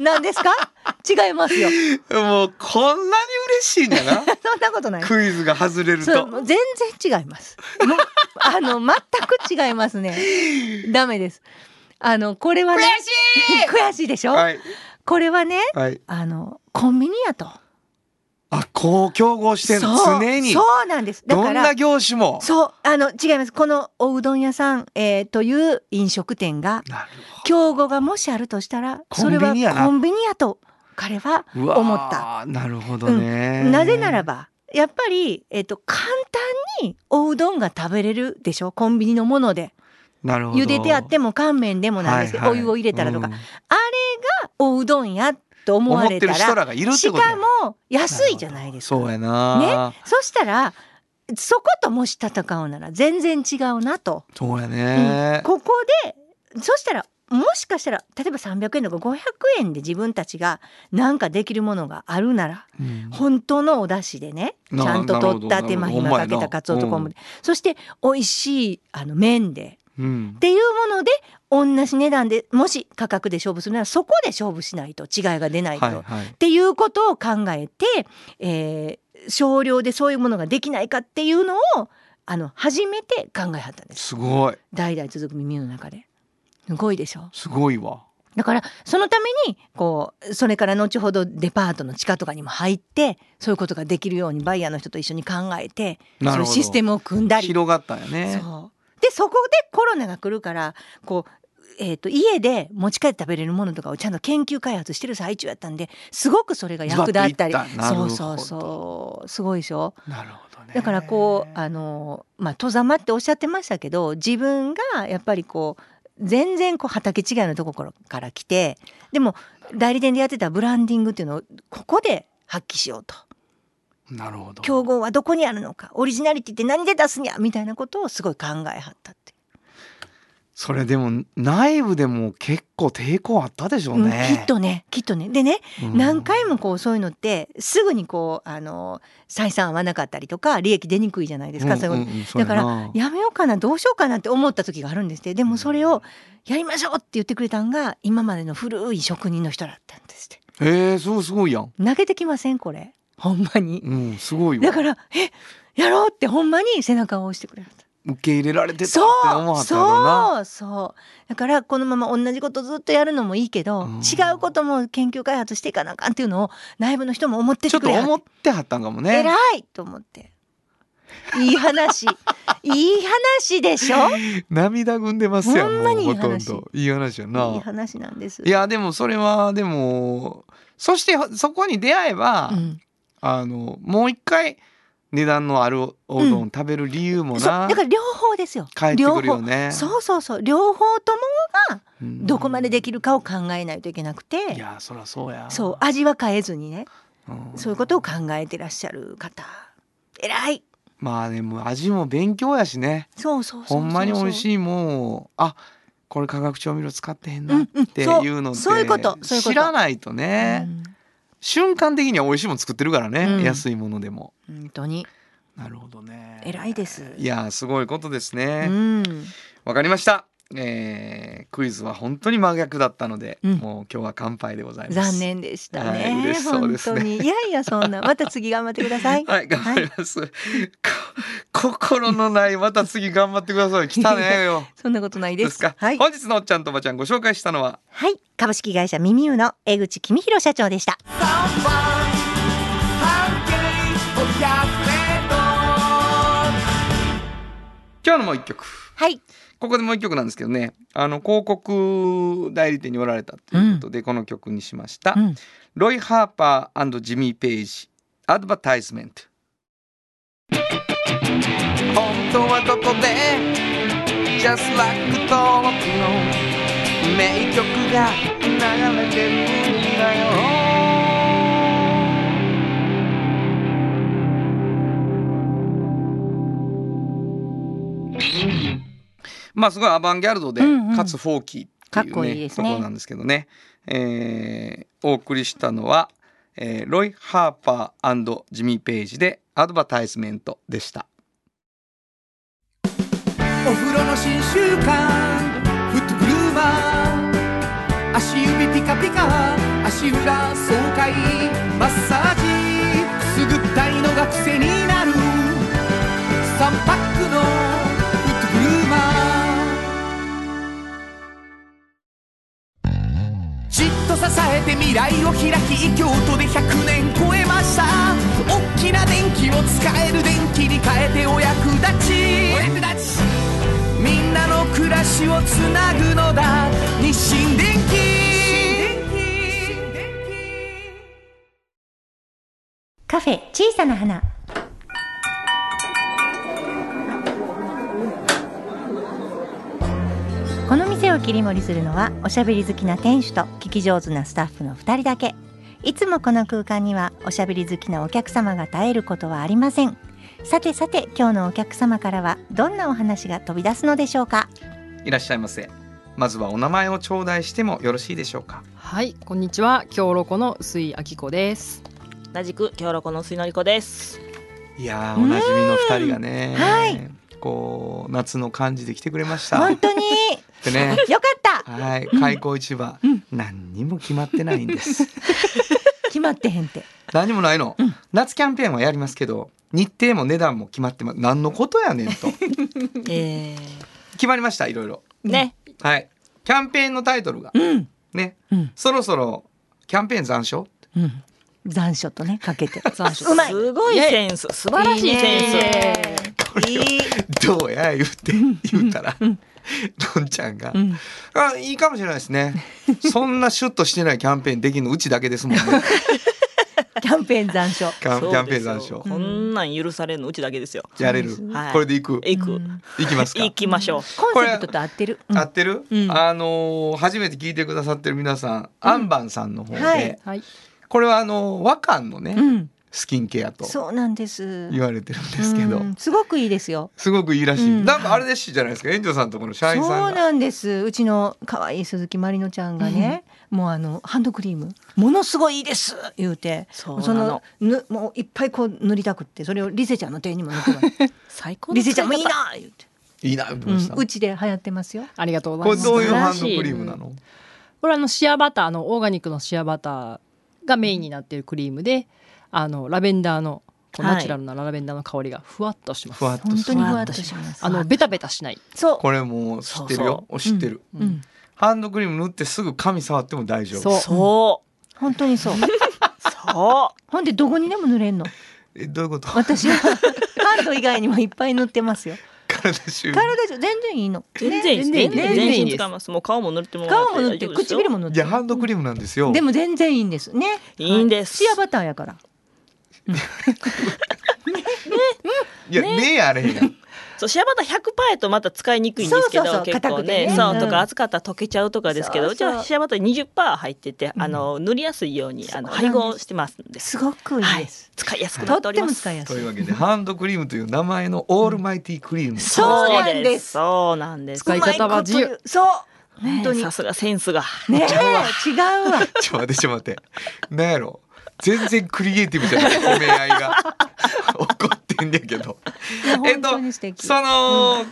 C: 何ですか。違いますよ。
B: もうこんなに嬉しいん だな
C: そんなことない。
B: クイズが外れる
C: そう、
B: と
C: もう全然違います。もう あの、全く違いますね。ダメです。あの、これは、ね。悔しい。 悔しいでしょ、
B: はい
C: これはね、
B: はい
C: あの、コンビニやと。
B: あこう競合してる
C: そう
B: 常に
C: そうなんです。だ
B: ど
C: か
B: ん
C: ら。
B: な業種も
C: そう、あの、違います。このおうどん屋さん、えーという飲食店が。
B: なるほ
C: 競合がもしあるとしたら
B: コ
C: そ
B: ンビ
C: れは
B: ニやな
C: コンビニやと彼は
B: どうわー
C: 思った
B: なるほどね、
C: なぜなら
B: ば
C: ばやっぱり、えっと簡単におうどんが食べれるでしょコンビニのもので
B: なるほど
C: 茹でてあっても乾麺でもなんですけど、
B: はいはい
C: お湯を入れたらとか、
B: うん
C: おうどんやと思
B: 思
C: わ
B: っ
C: れ
B: て
C: た
B: る人
C: ら
B: らがいるって
C: し
B: ことや
C: かも安いじゃないですか。
B: そうやな、
C: そしたらそこともし戦うなら全然違うなと。
B: そうや
C: うん
B: ね、
C: ここでそしたらもしかしたら例えば300円とか500円で自分たちがなんかできるものがあるなら
B: うん
C: 本当のお出汁でねち
B: な
C: ゃんと取った
B: なるほど
C: 手間
B: なるほど
C: 暇かけたかつおと
B: ほ
C: 昆
B: んま
C: 布
B: やな
C: でそして美味しいあの麺で
B: うん
C: っていうもので同じ値段でもし価格で勝負するならそこで勝負しないと違いが出ないと。
B: はいはい
C: っていうことを考えて、えー少量でそういうものができないかっていうのをあの初めて考えはったんです
B: すごい
C: 代々続く耳の中ですごいでしょ
B: すごいわ
C: だからそのためにこうそれから後ほどデパートの地下とかにも入ってそういうことができるようにバイヤーの人と一緒に考えて
B: な
C: そうい
B: る
C: う
B: ほど
C: システムを組んだり
B: 広がったんやね
C: そうでそこでコロナが来るからこう、えー、と家で持ち帰って食べれるものとかをちゃんと研究開発してる最中やったんですごくそれが役立ったり
B: ズバッといったなるほ
C: そ
B: ど
C: うそうそうすごいでしょ
B: なるほどね
C: だからこうあのまあ戸ざまっておっしゃってましたけど自分がやっぱりこう全然こう畑違いのところから来てでも代理店でやってたブランディングっていうのをここで発揮しようと
B: なるほど
C: 競合はどこにあるのかオリジナリティって何で出すにゃみたいなことをすごい考えはったって
B: それでも内部でも結構抵抗あったでしょう
C: うん
B: ね
C: きっ、とねきっとねでね、
B: うん
C: 何回もこうそういうのってすぐにこうあの採算合わなかったりとか利益出にくいじゃないですか、そういうこと
B: んんんそうやな
C: だやめようかなどうしようかなって思った時があるんですってでもそれをやりましょうって言ってくれたんが今までの古い職人の人だったんですって
B: えー、そうすごいやん
C: 投げてきませんこれほんまに
B: うんすごいわ
C: だからえやろうってほんまに背中を押してくれはった
B: 受け入れられてたって思
C: そう
B: わったやろな
C: そうそうだからこのまま同じことずっとやるのもいいけど、
B: うん
C: 違うことも研究開発していかなあかんっていうのを内部の人も思って
B: ちょ
C: てく
B: っと
C: れはっ
B: 思ってはったんかも
C: て
B: ね
C: 偉いと思っていい話いい話でしょ
B: 涙ぐんでますやん
C: ほんまにいい
B: もうほとん
C: 話
B: どいい話やない
C: い話なんです
B: いやでもそれはでもそしてそこに出会えば、
C: うん
B: あのもう一回値段のあるおうどんを食べる理由も
C: そう
B: な、
C: だから両方ですよ
B: 返ってくるよ
C: 両
B: ね
C: 方そうそうそう両方とも
B: うん
C: どこまでできるかを考えないといけなくて、
B: いやそりゃそうや
C: そう味は変えずにね
B: うん
C: そういうことを考えてらっしゃる方偉い
B: まあでも味も勉強やしね
C: そうそうそうそ
B: ほ
C: うん
B: まに美味
C: い
B: しいもんをあこれ化学調味料使ってへん
C: う
B: なん
C: うん
B: っていうのって
C: そうそういうことそういうこと
B: 知らないとね、瞬間的には美味しいもん作ってるからね、
C: うん
B: 安いものでも
C: 本当に
B: なるほどね
C: 偉いです
B: いやすごいことです
C: う
B: ね、
C: ん
B: わかりました。えークイズは本当に真逆だったので、
C: うん
B: もう今日は乾杯でございます。
C: 残。念でしたね、
B: はい嬉しそうですね
C: 本当にいやいやそん なまた次頑張ってください
B: はい、頑張ります。こ 心のない、また次頑張ってください。来 たねよ。
C: そんなことない
B: で
C: です
B: すか、
C: はい、
B: 本日のおっちゃんとおばちゃんご紹介したのは、
C: はい、株式会社ミミウの江口公弘社長でした
G: 半径500メートル
B: 今日のもう一曲
F: はい。
B: ここでもう一曲なんですけどねあの広告代理店におられたということで、この曲にしました、
F: うん
B: ロイ・ハーパージミー・ページアドバタイスメント本当はここで Just Like Talk の名曲が流れてるんだよまあすごいアバンギャルドで、
F: うんうん
B: かつフォーキーっていう
C: かっこいい
B: ね
C: です
B: と
C: ね
B: ころなんですけどね、えーお送りしたのは、えーロイ・ハーパージミー・ページでアドバタイスメントでした。
G: お風呂の新習慣フットグルーマー足指ピカピカ足裏爽快マッサージくすぐったいのが癖になる3パックのフットグルーマーじっと支えて未来を開き京都で100年超えました大きな電気を使える電気に変えてお役立ちお役立ちみんなの暮らしをつなぐのだ日清電気
F: カフェ小さな花。この店を切り盛りするのはおしゃべり好きな店主と聞き上手なスタッフの2人だけいつもこの空間にはおしゃべり好きなお客様が絶えることはありませんさてさて今日のお客様からはどんなお話が飛び出すのでしょうか
B: いらっしゃいませ。まずはお名前を頂戴してもよろしいでしょうか。
H: はい、こんにちは。京ロコの薄井明子です。
E: 同じく京ロコの水のりこです
B: いやーおなじみの二人がね、
F: はい
B: こう夏の感じで来てくれました。
F: 本 当に
B: でね、
F: よかった
B: はい開口一番、何にも決まってないんです。
F: 決まってへんって
B: 何にもないの、夏キャンペーンはやりますけど、日程も値段も決まってま何のことやねんと
E: え
B: 決まりましたいろいろ。
E: ね
B: はい。キャンペーンのタイトルが、ね、
C: うん
B: そろそろキャンペーン残暑。
C: うん
F: 残暑とねかけ て
H: 残暑
F: うまい
E: すごいセンス素晴らしいセンス
F: いい
B: どうや言って言うたら、のんちゃんが、あいいかもしれないですね。そんなシュッとしてないキャンペーンできるのうちだけで すもんね。
F: キャンペーン残暑
B: キャン
E: そう
B: キャンペー
E: で
B: ン
E: す
B: 残
E: よ
B: 暑
E: こんなん許されるのうちだけですよ
B: やれる
E: はい。
B: これでいく。
E: 行く
B: いきますか
E: 行。きましょう
C: コンセプトと合ってる、うん
B: 合ってる？
C: うん
B: あのー初めて聞いてくださってる皆さん、アンバンさんの方
F: はい
B: で、
H: はい。
B: これはあのー和漢の
C: う
B: ね
C: ん、
B: スキンケアと
F: そうなんです
B: 言われてるんですけど
C: う、んすごくいいですよ
B: すごくいいらしい。
C: うん
B: なんかあれですじゃないですか。園長さんとこの社員
C: そ
B: さ
C: うん
B: が。
C: なんですうちの可愛い鈴木まりのちゃんがね、もうあのハンドクリームものすごいいいです言うて
E: そうなの
C: のぬもういっぱいこう塗りたくってそれをリセちゃんの手にも塗ってもらって
E: 最高
C: リセちゃんもいいな言うて、
B: いいなと思いうま
C: ん
B: した。
C: うちで流行ってますよ
H: ありがとうござ
B: こ
H: い
B: れ
H: ます。
B: どういうハ
H: 話
B: ンドクリームなの？
H: これあのシアバターのオーガニックのシアバターがメインになっているクリームで、あのラベンダーのこう
E: はい
H: ナチュラルなラベンダーの香りがふわっとします。
B: ふわっと
C: 本
B: す
C: 当
B: る
C: に。ふわっとします
H: あのベタベタしない。
C: そう
B: これもう知ってるよ。知ってる。
H: うん
C: うん
B: ハンドクリーム塗ってすぐ髪触っても大丈
H: そ
B: 夫。
H: う
E: そう
C: 本当にそう
E: そ
C: ほんでどこにでも塗れんの
B: えどういうこと？
C: 私はハンド以外にもいっぱい塗ってますよ
B: 体周囲
C: 体中全然いいの
E: う全然いいです
H: 全然いい
E: 全
H: 全然いい
E: 然
H: です
E: 使いますもう顔も塗ってもら
C: 顔も塗っ
E: 大丈
C: て
E: 夫ですよ
C: 唇も塗っ
B: い
C: て
B: やハンドクリームなんですよ。
C: でも全然いいんですね
E: いいんです
C: シアバターやから
B: いやねえあれへんやん。
E: そうシアバター100%やとまた使いにくいんですけど
C: そうそうそう
E: 結
C: 硬
E: 構ね
C: くてね
E: そう、
C: うん
E: とか暑かったら溶けちゃうとかですけど
C: そううそう
E: ちはシアバター20%入ってて、あの塗りやすいようにあの
C: そうなんで
E: 配
C: す
E: 合してますんです
C: すごくいい
E: は
C: で
E: い
C: す、、
E: 使いやすく
C: と
E: なってお
C: っ
E: り
C: て
E: ま
C: も
E: す
C: 使いやすい
B: というわけでハンドクリームという名前のオールマイティクリーム。
C: そうなんです
E: そうなんです。
H: 使い方は自由
C: うまいこと言うそう本
E: 本
C: 当
E: 当
C: に
E: にさすがセンスが。
C: ねえ違うわ
B: ちょ待ってちょ待って。なんやろ。全然クリエイティブじゃないおめ合い が怒ってんねんけど。えっ
C: 本
B: と
C: 当に素敵
B: その、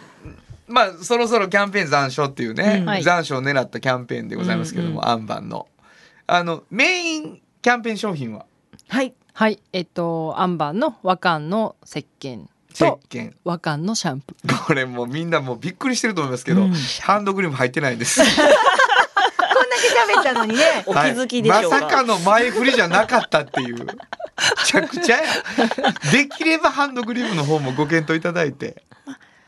B: まあそろそろキャンペーン残暑っていうね、
C: うん
H: はい
B: 残暑を狙ったキャンペーンでございますけども、アンバンのあのメインキャンペーン商品は
C: はい
H: はい。えっとアンバンの和漢の石鹸
B: 石
H: と
B: 鹸
H: 和漢のシャンプー。
B: これもうみんなもうびっくりしてると思いますけど、ハンドクリーム入ってないんです。
C: こんだけ喋ったのにね
E: お気づきでしょうか。
B: はいまさかの前振りじゃなかったっていう。めちゃくちゃや。できればハンドクリームの方もご検討いただいて。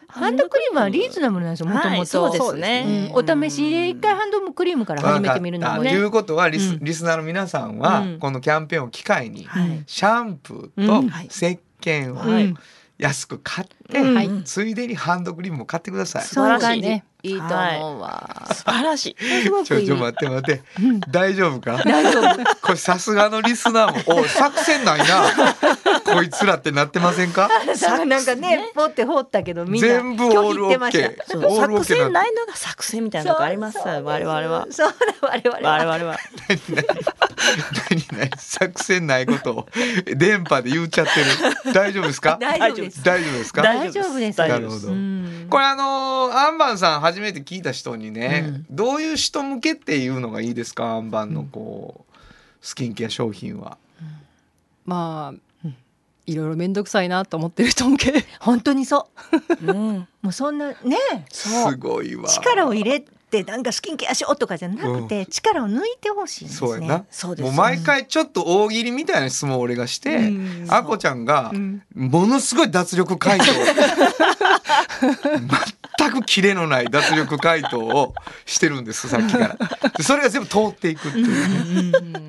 C: ハンドクリームはリーズナブルなんですよ、もと
E: は
C: も
E: い、そう
C: と。
E: ですね。
C: うんお試しで一回ハンドクリームから始めてみるの
B: わか
C: も
B: ったとい
C: ね。
B: うことはリス,、
C: うん
B: リスナーの皆さんは、
C: うん
B: このキャンペーンを機会に、
E: はい。
B: シャンプー
C: う
B: と
C: ん
B: 石鹸
C: う
B: を
C: ん
B: 安く買って、
C: うん
H: はい
C: うん
B: ついでにハンドクリームも買ってください。
C: そういう感
E: 素晴らしい
C: じ
H: ね
C: いいと思うわ。
E: 素晴らしい。
C: すご
B: ち
C: く
B: ょ
C: いい
B: ちょ。待って待って
C: うん
B: 大丈夫か
C: 大丈夫。
B: これさすがのリスナーもおい作戦ないなこいつらってなってませんか
C: なんかね、ポって放ったけど、みんな
B: 全部オー
C: 拒否
B: ル
C: っ
B: オ
C: てま
B: ッ
C: し
B: ケ
C: た。
B: ー
E: そう
B: オールオ
E: 作
B: ッケー
E: 戦
B: な
E: ないのが作戦みたいなのがあります。我々は。
C: そうだ、我々
E: 我
C: は。
E: 々は。
B: 何何 作戦ないことを電波で言っちゃってる大丈夫で すか
C: 大丈夫です。
B: 大丈夫ですか
C: 大丈夫です
E: 大
B: な
E: 丈
B: る
E: 夫
B: ほ
E: です。
B: ど、
C: うん
B: これあのーアンバンさん初めて聞いた人にね、どういう人向けっていうのがいいですかアンバンのこうスキンケア商品は
H: まあいろいろ面倒くさいなと思ってる人向け
C: 本当にそう。もうそんな、ね。
B: すごいわ
C: 力を入れて、なんかスキンケアしようとかじゃなくて、力を抜いてほしいんです
B: そうやな
C: ね。
E: そうです。
B: もう毎回ちょっと大喜利みたいな質問を俺がして、あこちゃんがものすごい脱力 回答全くキレのない脱力回答をしてるんですさっきからでそれが全部通っていくっていうね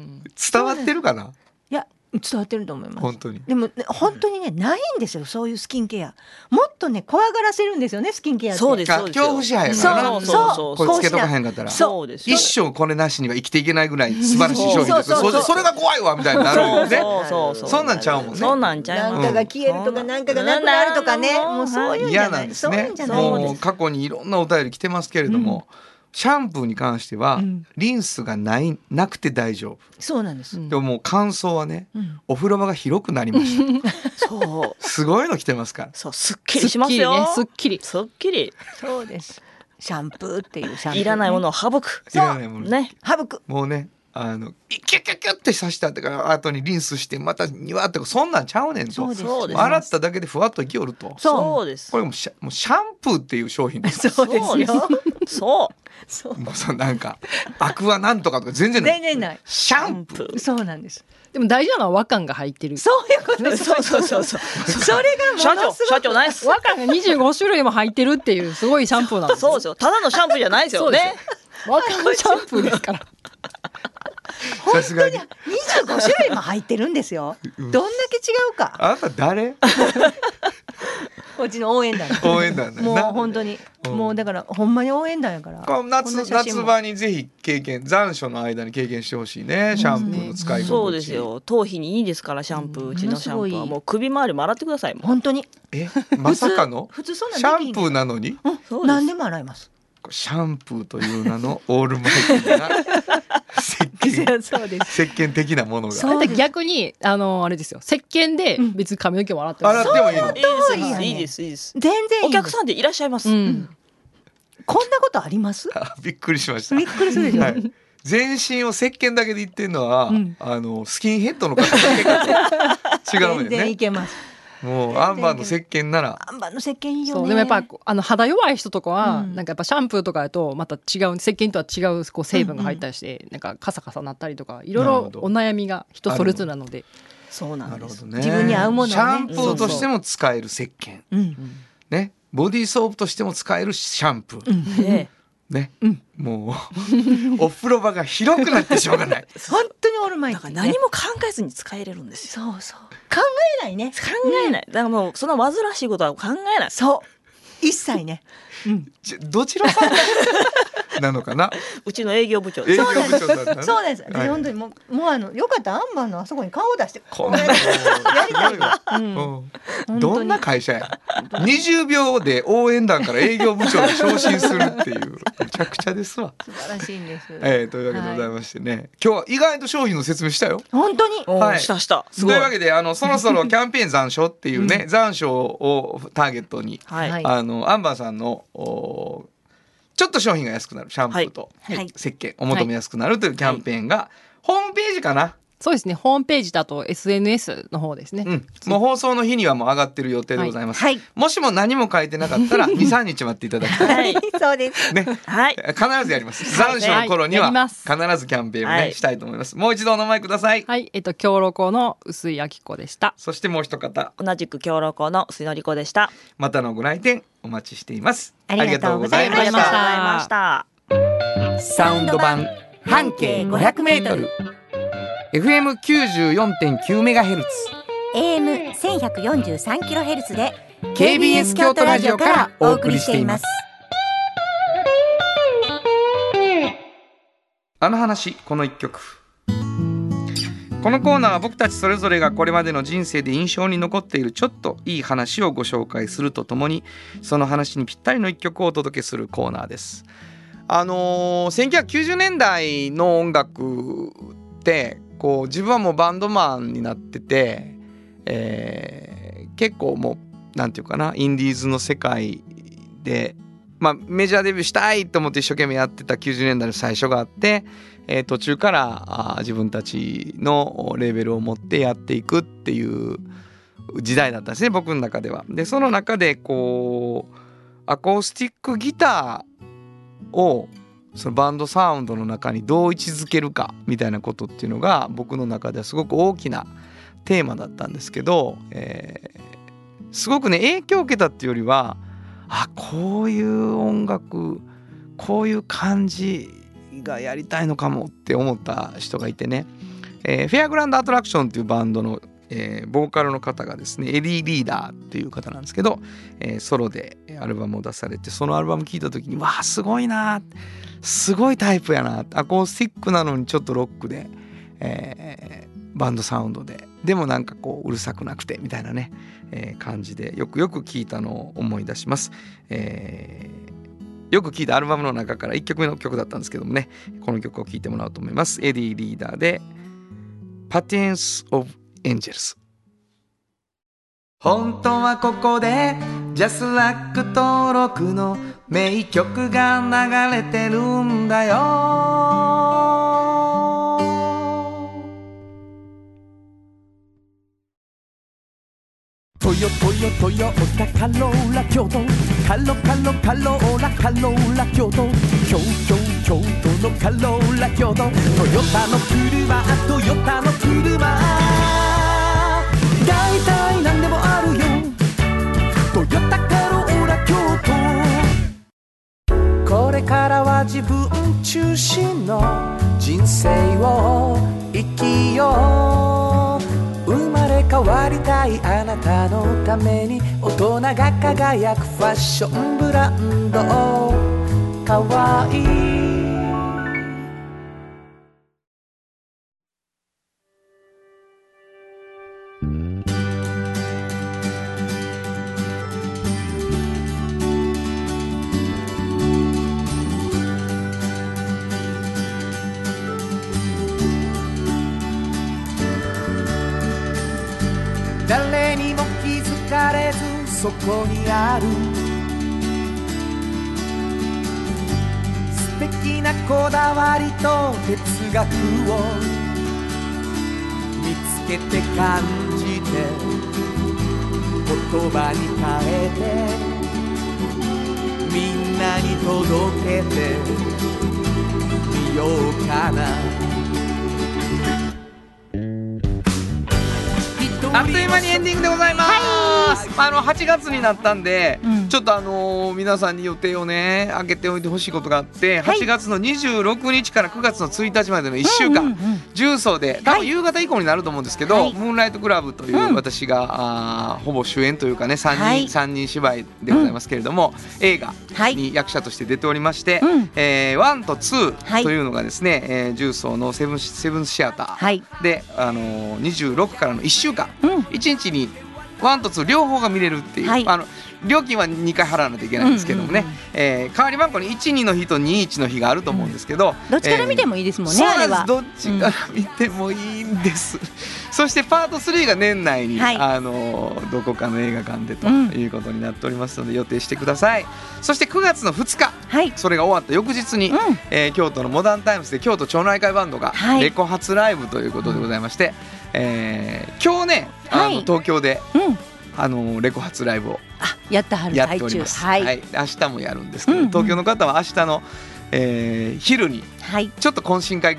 B: 伝わってるかない
C: や、伝わってると思います。
B: 本当に
C: でも、ね、本当にね、ないんですよ、そういうスキンケア。もっとね、怖がらせるんですよね、スキンケアって。
E: そうです
B: あ恐怖支配やから
E: そ
B: な
E: うそ
B: こ
E: うそう
B: れ
E: そ
B: つ
E: う。
B: けとかへんかったら
E: そうですよ。
B: 一生これなしには生きていけないぐらい素晴らしい商品です
C: そうそうそうそう
B: そそれが怖いわみたいになる
E: そ
B: よ
E: う
B: ね
E: そうそうそう。
B: そんなんちゃうもんね
E: そうなんちゃい
C: な
E: ま
C: ん
E: す。
C: かが消えるとか、なんかがなくなるとかね、
E: うん
C: もうそういうんじ
B: 嫌
C: ゃ
B: な
C: なんい。
B: です
C: そうい
B: ね
C: うんじゃない。
B: もう過去にいろんなお便り来てますけれども、シャンプーに関しては、
C: うん
B: リンスがないなくて大丈夫、
C: そうなんです。
B: でももう感想はね
C: うん
B: お風呂場が広くなり ました
E: そう。
B: すごいの来てますから
E: そう、すっきりしますよ。
H: すっきりねすっきり
E: すっきり。
C: そうです。シャンプーっていうシャンプー、
E: いらないも。のを省く。
B: いらないもの
E: ね。
C: 省く。
B: もうねあのキュッキュッキュッって刺したってから後にリンスしてまたにわってそんなんちゃうねんと
C: そうです
E: そうです。
B: 洗っただけでふわっときおる
C: そ
B: と
C: う
E: そうです。
B: これもうシャもうシャンプーっていう商品です
C: そうですよ。
E: そう。
C: そう。
B: もうそのなんかアクアなんとかとか全然ない
C: 全然ない。
B: シャンプー
C: そうなんです。
H: でも大事なのは和感が入ってる
C: そういうことです。
E: そうそうそうそう。
C: それが
E: 社
C: も
E: 長
C: のす、ご
E: 社
C: く。
E: 長ナイス。
H: 和感が25種類も入ってるっていうすごいシャンプーなんです
E: そうですよ。ただのシャンプーじゃないですよね。
H: 和感のシャンプーですから
B: さすがに
C: 二十五種類も入ってるんですよ。どんだけ違うか。
B: あなた誰
C: こっちの応援団。
B: 応援団だ
C: も
B: よ
C: う
B: な
C: 本当に、
B: うん
C: もうだから、ほんまに応援団やから。
B: こう
C: こんな
B: 夏
C: 写真
B: 夏
C: も
B: 場にぜひ経験残暑の間に経験してほしいねシャンプーの使い心地
E: そうですよ。頭皮にいいですからシャンプー、うちのシャンプーはもう首周りも洗ってくださいもん。
C: 本当に。
B: えまさかの
C: 普通普通 そんなん
B: シャ
C: できひ
B: ン
C: ん
B: プーなのに
E: そう
C: うん、
E: です
C: 何でも洗います。
B: シャンプーという名のオールマイティーな 石鹸
C: そうです。
B: 石鹸的なもの
C: そ
B: が
C: うです
H: 逆にあのあれですよ石鹸で別に髪の毛も洗っても
B: 洗ってもいいの
C: 当に
E: いいですいいですいいです。
C: 全然いい
E: お客
C: ん
E: さんでいらっしゃいます。
H: うん
C: です。こんなことあります。
B: あびっくりしました
C: びっくりするでしょ。
B: はい、全身を石鹸だけで言ってるのは、
C: うん
B: あのスキンヘッドの方だけと違う
C: 全
B: んだよ
C: 然い
B: ね
C: けます。
B: もうアンバーの石鹸なら
C: あんばの石鹸いいよ
H: そう
C: ね。
H: でもやっぱこうあの肌弱い人とかは、
C: うん
H: なんかやっぱシャンプーとかだとまた違う石鹸とは違うこう成分が入ったりして、なんかカサカサなったりとかいろい
B: なるほ
H: ろ
B: ど
H: お悩みが人それぞれなので
E: そうな
B: なんるほ
E: です
B: ど。ね
C: 自分に合うものをね
B: シャンプーとしても使える石鹸
C: うん。
B: ねボディーソープとしても使えるシャンプー、
E: ね
B: ね、もう お風呂場が広くなってしょうがない
C: 本当にオールマイ
E: だ
C: ティー
E: から
C: ね。
E: 何も考えずに使えれるんですよ。
C: そうそう。考えないね。
E: 考えない。だからもうその煩わしいことは考えない。
C: そう。一切ね。
B: ちどちらさんなのかな
E: うちの営業部長
B: 営
E: です
B: 業
C: そうなんで
B: 部
C: す。
B: 長
C: そ
B: さんだ
C: うなん
B: ね
C: です。
B: は
C: で
B: い
C: 本当にもうもうあのよかったアンバーのあそこに顔を出して。
B: こんなの
C: やりたい
B: すごいわ
C: わ。う。
B: うんん
C: 当に
B: どんな会社や20秒で応援団から営業部長に昇進するっていうめちゃくちゃですわ。
C: 素晴らしいんです。
B: えー、というわけでございましてね、今日は意外と商品の説明したよ。
C: 本当に。
E: お
B: はい
E: ーしたした。す
B: と
E: ごい
B: いう。わけであのそろそろキャンペーン残暑っていうね、残暑をターゲットに、
E: は。
C: はいい
B: あのアンバーさんのおちょっと商品が安くなるシャンプーと、
E: はいはい
B: 石鹸お求めやすくなるというキャンペーンが、ホームページかな
H: そうですねホームページだと SNS の方ですね、
B: うん、もう放送の日にはもう上がってる予定でございます、もしも何も書いてなかったら23日待っていただきたい
E: はい。
C: そうです。
B: ね
E: はい。
B: 必ずやります残暑の頃に
H: は
B: はい
H: やります
B: 必ずキャンペーンをね、
E: はい
B: したいと思いますもう一度お名前ください、
H: はいえっと強録の薄井明子でした
B: そしてもう一方
E: 同じく強老校の水のり子でした。
B: またのご来店お待ちしています
F: ありがとうございま
H: した
E: ありがとうございました。
B: サウンド版半径 500m FM94.9 メガヘルツ
F: AM 1 1 4 3キロヘルツで
B: KBS 京都ラジオからお送りしています。あの話この一曲このコーナーは僕たちそれぞれがこれまでの人生で印象に残っているちょっといい話をご紹介するとともにその話にぴったりの一曲をお届けするコーナーです。あのー1990年代の音楽ってこう自分はもうバンドマンになってて、えー結構もうなんていうかなインディーズの世界で、まあ、メジャーデビューしたいと思って一生懸命やってた90年代の最初があって、えー途中からあー自分たちのレーベルを持ってやっていくっていう時代だったんですね僕の中では。でその中でこうアコースティックギターをそのバンドサウンドの中にどう位置づけるかみたいなことっていうのが僕の中ではすごく大きなテーマだったんですけど、えーすごくね影響を受けたっていうよりはあこういう音楽こういう感じがやりたいのかもって思った人がいてね、えーフェアグラウンドアトラクションっていうバンドの、えーボーカルの方がですねエディ・リーダーっていう方なんですけど、えーソロでアルバムを出されてそのアルバム聴いた時にわあすごいなーすごいタイプやなアコースティックなのにちょっとロックで、えーバンドサウンドででもなんかこううるさくなくてみたいなね、えー感じでよくよく聴いたのを思い出します。えーよく聴いたアルバムの中から1曲目の曲だったんですけどもねこの曲を聴いてもらおうと思いますエディ・リーダーで「パテンス・オブ・エンジェルス」本当はここでジャスラック登録の名曲が流れてるんだよ
G: トヨトヨトヨタカローラ京都カロカロカローラカローラ京都京京京都のカローラ京都トヨタの車トヨタの車だいたいなんでもあるよトヨタカローラ京都これからは自分中心の人生を生きよう生まれ変わりたいあなたのために大人が輝くファッションブランドかわいい誰にも気づかれずそこにある素敵なこだわりと哲学を見つけて感じて言葉に変えてみんなに届けてみようかな
B: あっという間にエンディングでございます、まああの8月になったんで、
C: うん
B: ちょっとあのー皆さんに予定をね開けておいてほしいことがあって、
C: はい
B: 8月の26日から9月の1日までの1週間、
C: うんうんうん
B: 重曹で多分夕方以降になると思うんですけど、
C: はい
B: ムーンライトクラブという、
C: うん
B: 私があーほぼ主演というかね3人,、
C: はい
B: 三人芝居でございますけれども、映画
C: はい
B: に役者として出ておりまして、
C: うん
B: えー、1と
C: は
B: 2
C: い
B: というのがですね、えー重曹のセブンシセブンシアター、
C: はい。
B: で、あのー、26からの1週間、
C: うん
B: 一1日に1と2両方が見れるっていう、
C: はい
B: あの料金は2回払わなきゃいけないんですけどもね、
C: うんうんうん
B: えー代わり番号に12の日と21の日があると思うんですけど、
C: どっちから見て
B: も
C: もいいですもんね、
B: そう
C: あれ
B: なんです
C: は。
B: どっちから見てもいいんです、そしてパート3が年内に、
C: はい
B: あのどこかの映画館でと
C: うん
B: いうことになっておりますので予定してください、そして9月の2日
C: はい。
B: それが終わった翌日に、
C: うん。
B: えー京都のモダンタイムスで京都町内会バンドが
C: はい
B: レコ初ライブということでございまして、えー今日ねあ
C: はい
B: の東京で、
C: うん
B: あのレコ初ライブを
I: あやったはる
B: やっ
I: 最
B: ており
I: 中
B: ます、
I: はい、
B: はい、明日もやるんですけど、
C: うんうん
B: 東京の方は明日の、えー昼に
C: はい。
B: ちょっと懇親会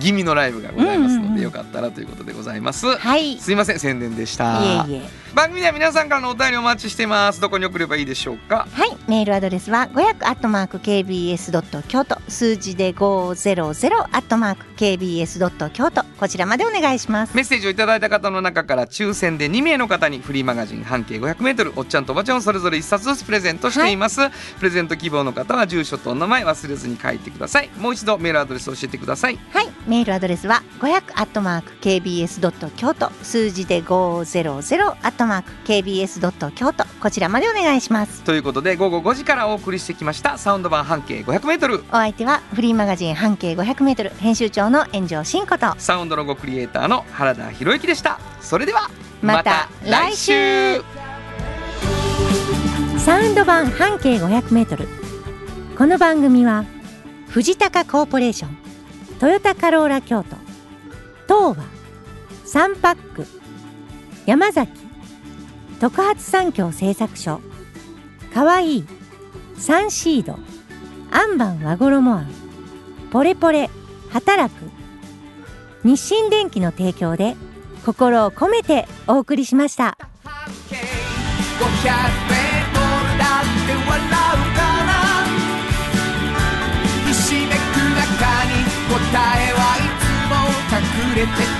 B: 気味のライブがございますので、
C: うんうんうん
B: よかったらということでございます。
C: はい。い
B: すいません宣伝でした
C: えいえ。
B: 番組では皆さんからのお便りお待ちしてますどこに送ればいいでしょうか
C: はい、メールアドレスは五百アットマーク kbs ドット京都、数字で五ゼロゼロアットマーク kbs ドット京都こちらまでお願いします。
B: メッセージをいただいた方の中から抽選で2名の方にフリーマガジン半径 500m おっちゃんとおばちゃんそれぞれ1冊ずつプレゼントしています、プレゼント希望の方は住所とお名前忘れずに書いてくださいもう一度メールアドレスを教えてください
C: はい、メールアドレスは五百アットマーク kbs ドット京都、数字で五ゼロゼロアットマーク kbs ドット京都こちらまでお願いします。
B: ということで午後5時からお送りしてきましたサウンド版半径 500m
C: お相手はフリーマガジン半径500メートル編集長の炎上真子と
B: サウンドロゴクリエイターの原田博之でしたそれでは
C: また来週サウンド版半径500メートル。この番組は藤高コーポレーション、トヨタカローラ京都、東和、サンパック、山崎、特発産業製作所、かわいい、サンシード、アンバン和衣庵、ポレポレ、働く、日清電機の提供で心を込めてお送りしました。
G: ひしめく中に答えはいつも隠れてた